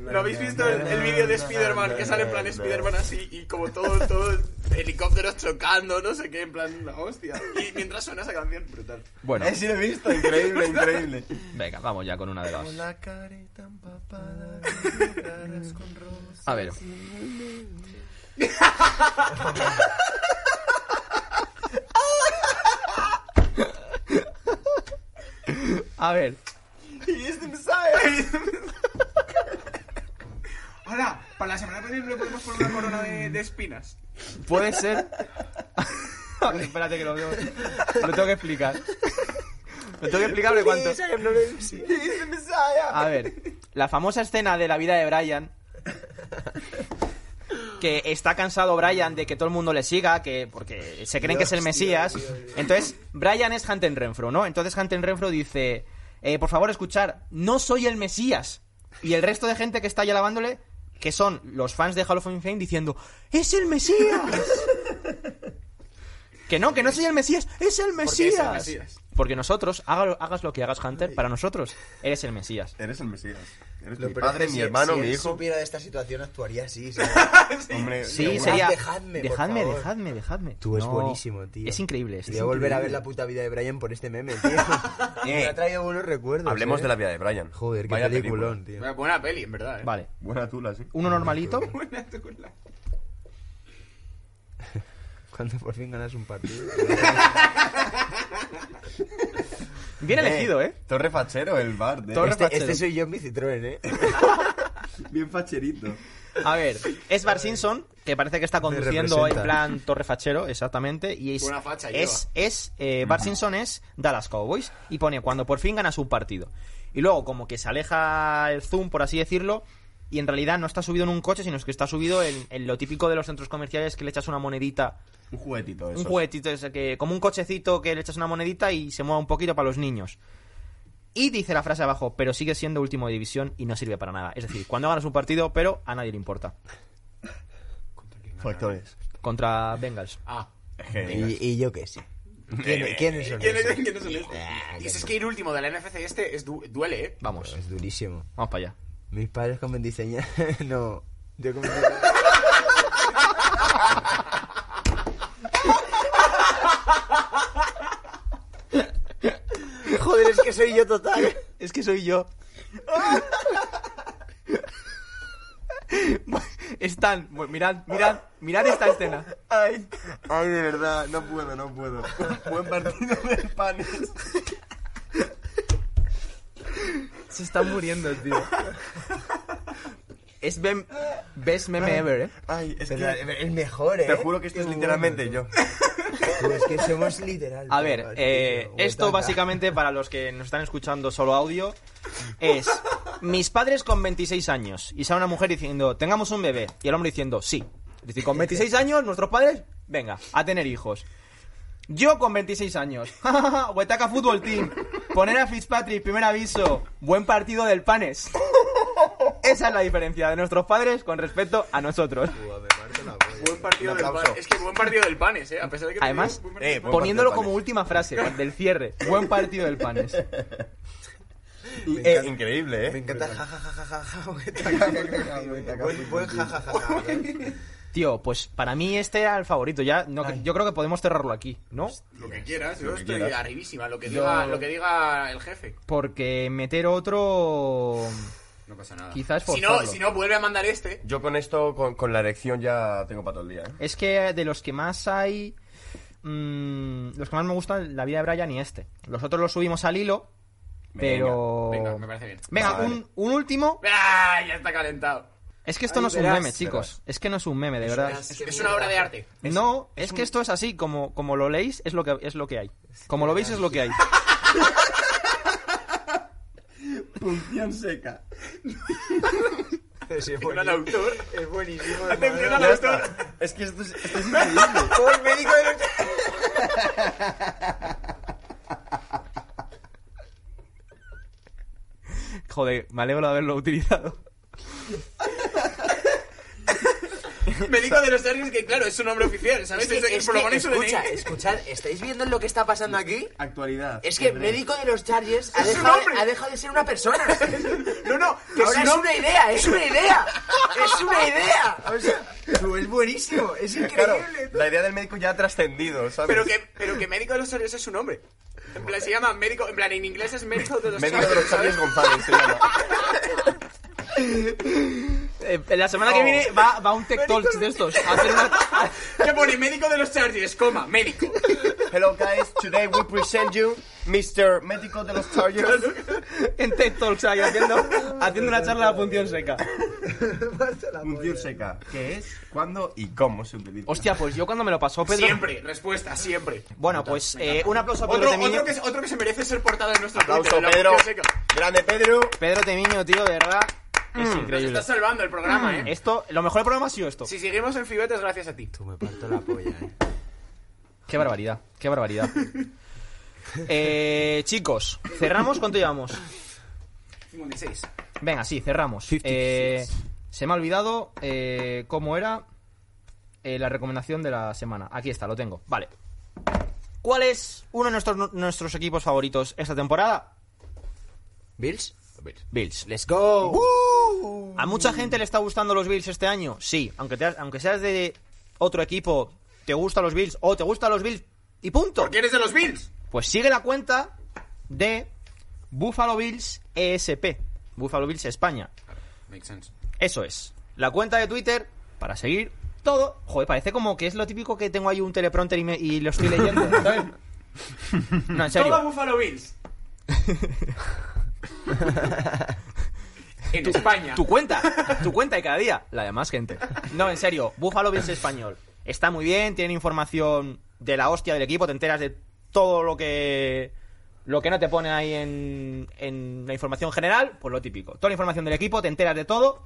¿No habéis visto el, el vídeo de Spider-Man? Que sale en plan Spider-Man así y como todo, todo helicópteros chocando, no sé qué, en plan, la hostia. Y mientras suena esa canción, brutal.
bueno,
Eh, sí lo he visto, increíble, increíble.
venga, vamos ya con una de las.
La carita empapada con
A ver. A ver.
este
Hola, para la semana que viene le podemos poner una corona de, de espinas.
Puede ser.
Espérate que lo veo.
Lo tengo que explicar. Lo tengo que explicar porque cuanto. A ver. La famosa escena de la vida de Brian. Que está cansado Brian de que todo el mundo le siga, que porque se creen que es el Mesías. Entonces, Brian es Hunter Renfro, ¿no? Entonces Hunter Renfro dice, eh, por favor, escuchar, no soy el Mesías. Y el resto de gente que está ahí alabándole, que son los fans de Hall of Fame diciendo, ¡es el Mesías! Que no, que no soy el Mesías, es el
es el
Mesías.
Mesías.
Porque nosotros, haga- hagas lo que hagas, Hunter, para nosotros eres el Mesías.
Eres el Mesías. Eres
Lo
mi
peor es
padre,
que
mi
si-
hermano,
si
mi
él
hijo.
supiera de esta situación, actuaría así. sí.
Hombre,
Sí,
seguro.
sería.
Dejadme, por
dejadme,
favor.
dejadme, dejadme.
Tú es
No,
buenísimo, tío.
Es increíble esto.
Voy a volver a ver la puta vida de Brian por este meme, tío. Me ha traído buenos recuerdos.
Hablemos
eh.
de la vida de Brian.
Joder, qué
Vaya
peliculón,
película.
tío.
Buena peli, en verdad, ¿eh?
Vale.
Buena tula, sí.
Uno normalito.
Buena tula.
Cuando por fin ganas un partido.
Bien elegido, ¿eh?
Torre fachero, el bar. de-
Torre-
este, este soy yo en mi Citroën, ¿eh?
Bien facherito.
A ver, es Bar Simpson, que parece que está conduciendo en
representa.
plan Torre Fachero, exactamente. Y es.
Buena facha lleva.
es, es eh, Bart Simpson es Dallas Cowboys. Y pone cuando por fin ganas un partido. Y luego, como que se aleja el zoom, por así decirlo. Y en realidad no está subido en un coche, sino es que está subido en, en lo típico de los centros comerciales que le echas una monedita
Un juguetito, eso.
un juguetito ese que como un cochecito que le echas una monedita y se mueva un poquito para los niños. Y dice la frase abajo, pero sigue siendo último de división y no sirve para nada. Es decir, cuando ganas un partido, pero a nadie le importa.
Factores.
Contra Bengals.
Ah. Eh,
y, y yo qué sé. ¿Quién-
Eh,
¿Quiénes son
¿Quién es,
esos?
quién es el este?
Ah,
Y si es que ir último de la NFC este es du- duele, ¿eh?
Vamos,
Es durísimo.
vamos para allá.
Mis padres comen diseño. no. Yo comen Joder, es que soy yo total.
Es que soy yo. Están, bu- mirad, mirad, mirad esta escena.
Ay, ay, de verdad, no puedo, no puedo. Buen partido del panes.
Se están muriendo, tío. Es mem- best meme ever, eh.
Ay, es
Pero
que.
es mejor, eh.
Te juro que esto es literalmente yo.
Tú, es que somos literal.
A ver,
tío,
eh,
tío,
esto
guataca.
básicamente para los que nos están escuchando solo audio es mis padres con 26 años y sale una mujer diciendo, tengamos un bebé y el hombre diciendo, sí. Es decir, con 26 años nuestros padres, venga, a tener hijos. Yo con 26 años, Huetaca Fútbol Team, poner a Fitzpatrick, primer aviso, buen partido del Panes. Esa es la diferencia de nuestros padres con respecto a nosotros.
Buen partido
Un
del
aplauso.
pan. Es que buen partido del panes, ¿eh? A pesar de que...
Además,
buen partido.
eh, buen
Poniéndolo
partido del
como
Panes.
última frase del cierre, buen partido del Panes.
Y- eh,
encanta.
increíble,
Me
eh.
encanta jajajajaja. Buen buen jajajaja.
Tío, pues para mí este era el favorito. Ya, no, yo creo que podemos cerrarlo aquí, ¿no?
lo que quieras, yo
Lo que
estoy
quieras.
arribísima, lo que,
Yo-
diga, lo que diga el jefe.
Porque meter otro.
No pasa nada.
Quizás
si
forzarlo.
no, si no, vuelve a mandar este.
Yo con esto, con, con la erección ya tengo para todo el día, eh.
Es que de los que más hay. mm, los que más me gustan, la vida de Brian y este. Los otros los subimos al hilo, pero.
Venga, me parece bien.
Venga,
Vale.
un, un último.
¡Ah! Ya está calentado.
Es que esto
Ahí
no es un
verás,
meme, chicos.
verás.
Es que no es un meme, de verdad.
verás.
Es, es una obra de arte.
no, es, que esto es así. Como, como lo leéis, es lo que, es lo que hay. Como lo veis, es lo que hay.
Punción seca.
Es
Un gran autor.
Es buenísimo.
Atención
hermano.
al autor.
Es que esto es, esto es increíble.
Todo el médico de los-
Joder, me alegro de haberlo utilizado.
Me dijo de los Serbios que, claro, es su nombre oficial, ¿sabes? Es,
que-
es, por lo menos su DNI.
escucha, escuchad, ¿estáis viendo lo que está pasando aquí?
Actualidad.
Es que el médico de los Chargers ha
Es un
dejado,
hombre.
ha dejado de ser una persona.
No, no, que
Ahora
su
es
nombre...
una idea, es una idea. Es una idea. O sea, tú, es buenísimo, es
Claro,
increíble.
la idea del médico ya ha trascendido, ¿sabes?
Pero que, pero que médico de los Serbios es su nombre. En plan, se llama médico... En plan, en inglés es médico de los
Médico de los Charles
Serbios,
González se llama.
Eh, la semana
Oh.
que viene va, va un Tech Talks de estos. a hacer una-
¿sabes? Que pone médico de los Chargers, coma, médico.
Hello guys, today we present you Mr. Médico de los Chargers.
en Tech Talks ahí, haciendo, haciendo una charla de punción seca.
Función seca. ¿Qué es? ¿Cuándo y cómo se utiliza?
Hostia, pues yo cuando me lo pasó Pedro...
Siempre, respuesta, siempre.
Bueno, pues eh, un aplauso a Pedro
Otro,
Temiño.
otro, que, otro que se merece ser portada de nuestro
Aplauso,
Twitter, la
Pedro. Mm.
Función Seca.
Grande, Pedro.
Pedro Temiño, tío, de verdad, es
Nos
increíble. Mm.
está salvando el programa, ¿eh?
Esto, lo mejor del programa ha sido esto.
Si seguimos en Fibetes, gracias a ti.
Tú me parto la polla, eh.
Qué barbaridad, qué barbaridad. Eh, chicos, ¿cerramos? ¿Cuánto llevamos?
56.
Venga, sí, cerramos. Eh, se me ha olvidado eh, cómo era eh, la recomendación de la semana. Aquí está, lo tengo. Vale. ¿Cuál es uno de nuestros, nuestros equipos favoritos esta temporada?
¿Bills? Bills.
Bills.
Let's go.
¿A mucha gente le está gustando los Bills este año? Sí, aunque, te- aunque seas de otro equipo, te gustan los Bills o te gustan los Bills y punto.
¿Quién es de los Bills?
Pues sigue la cuenta de Buffalo Bills ESP, Buffalo Bills España.
Makes sense.
Eso es. La cuenta de Twitter para seguir todo. Joder, parece como que es lo típico que tengo ahí un teleprompter y, me- y lo estoy leyendo. ¿sabes? No, en
Todo
serio.
Buffalo Bills. en España.
Tu cuenta, tu cuenta de cada día, la de más gente. No, en serio, Buffalo Bills español. Está muy bien, tienen información de la hostia del equipo, te enteras de todo lo que lo que no te pone ahí en, en la información general, pues lo típico. Toda la información del equipo, te enteras de todo.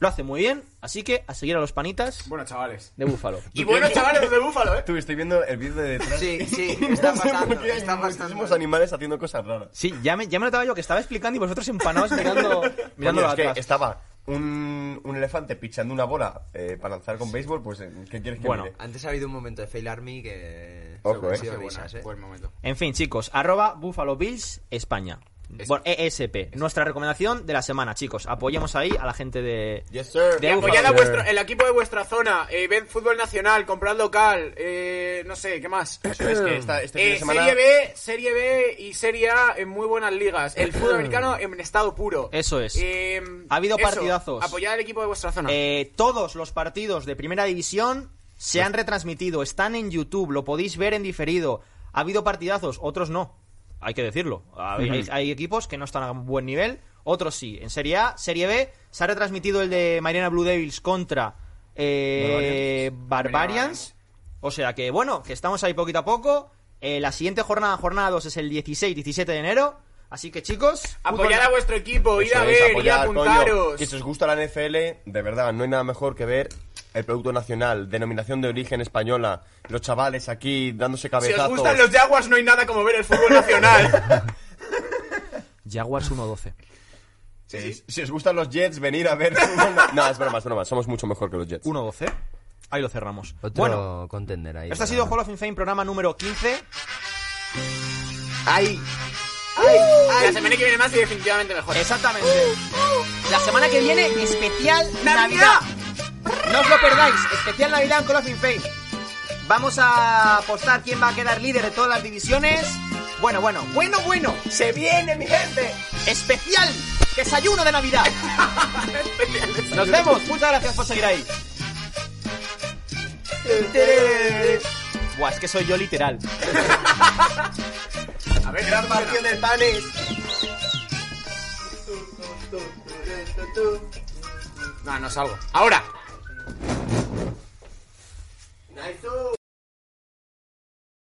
Lo hace muy bien, así que a seguir a los panitas
Bueno, chavales.
de Búfalo.
Y bueno, chavales, los de Búfalo, ¿eh?
Tú, estoy viendo el vídeo de detrás.
Sí, sí, está
No sé
pasando.
por qué hay
está
muchísimos
pasando.
animales haciendo cosas raras.
Sí, ya me, ya me notaba yo que estaba explicando y vosotros empanados mirando, mirando
Coño, es que
atrás.
estaba un, un elefante pichando una bola eh, para lanzar con béisbol, pues eh, ¿qué quieres que
Bueno.
mire?
Antes ha habido un momento de Fail Army que.
Ojo,
han
eh.
sido
Qué
risas, eh.
Buen momento.
En fin, chicos, arroba Buffalo Bills España. Bueno, ESP, nuestra recomendación de la semana, chicos. Apoyemos ahí a la gente de.
Yes, sir.
De
Y
Búfalo.
apoyad a
Sí.
vuestro, el equipo de vuestra zona. Eh, ved fútbol nacional, comprad local. Eh, no sé, ¿qué más?
Es que esta- este fin de
Eh,
semana...
Serie B, Serie B y Serie A en muy buenas ligas. El fútbol americano en estado puro.
Eso es.
Eh,
Ha habido
eso,
partidazos.
Apoyad al equipo de vuestra zona.
Eh, todos los partidos de primera división se han retransmitido, están en YouTube, lo podéis ver en diferido. Ha habido partidazos, otros no. Hay que decirlo. Hay, hay- hay equipos que no están a buen nivel, otros sí. En Serie A, Serie B, se ha retransmitido el de Mariana Blue Devils contra eh, Barbarians. O sea que, bueno, que estamos ahí poquito a poco. Eh, la siguiente jornada, jornada 2, es el 16-17 de enero. Así que, chicos,
apoyad
fútbol-
a vuestro equipo, id
Eso
a
es,
ver, id
apoyar,
a
coño.
apuntaros.
Que si os gusta la NFL, de verdad, no hay nada mejor que ver el producto nacional, denominación de origen española, los chavales aquí dándose
Si
cabezazos.
os gustan los Jaguars, no hay nada como ver el fútbol nacional.
Jaguars 1-12.
Sí, sí. Si os gustan los Jets, venir a ver. no, es broma, es broma. Somos mucho mejor que los Jets.
1-12. Ahí lo cerramos.
Otro
Bueno,
contender ahí.
Esto ha sido Hall of Fame, programa número 15.
¡Ay!
La semana que viene más y definitivamente mejor.
Pues Exactamente. La semana que viene, especial
¡Navidad!
Navidad. No os lo perdáis, especial Navidad en Hall of Fame. Vamos a apostar quién va a quedar líder de todas las divisiones. Bueno, bueno, bueno, bueno.
¡Se viene, mi gente!
Especial desayuno de Navidad. Nos vemos. Muchas gracias por seguir ahí. Buah, es que soy yo literal.
A ver, gran partido del panes. No, no salgo. Ahora.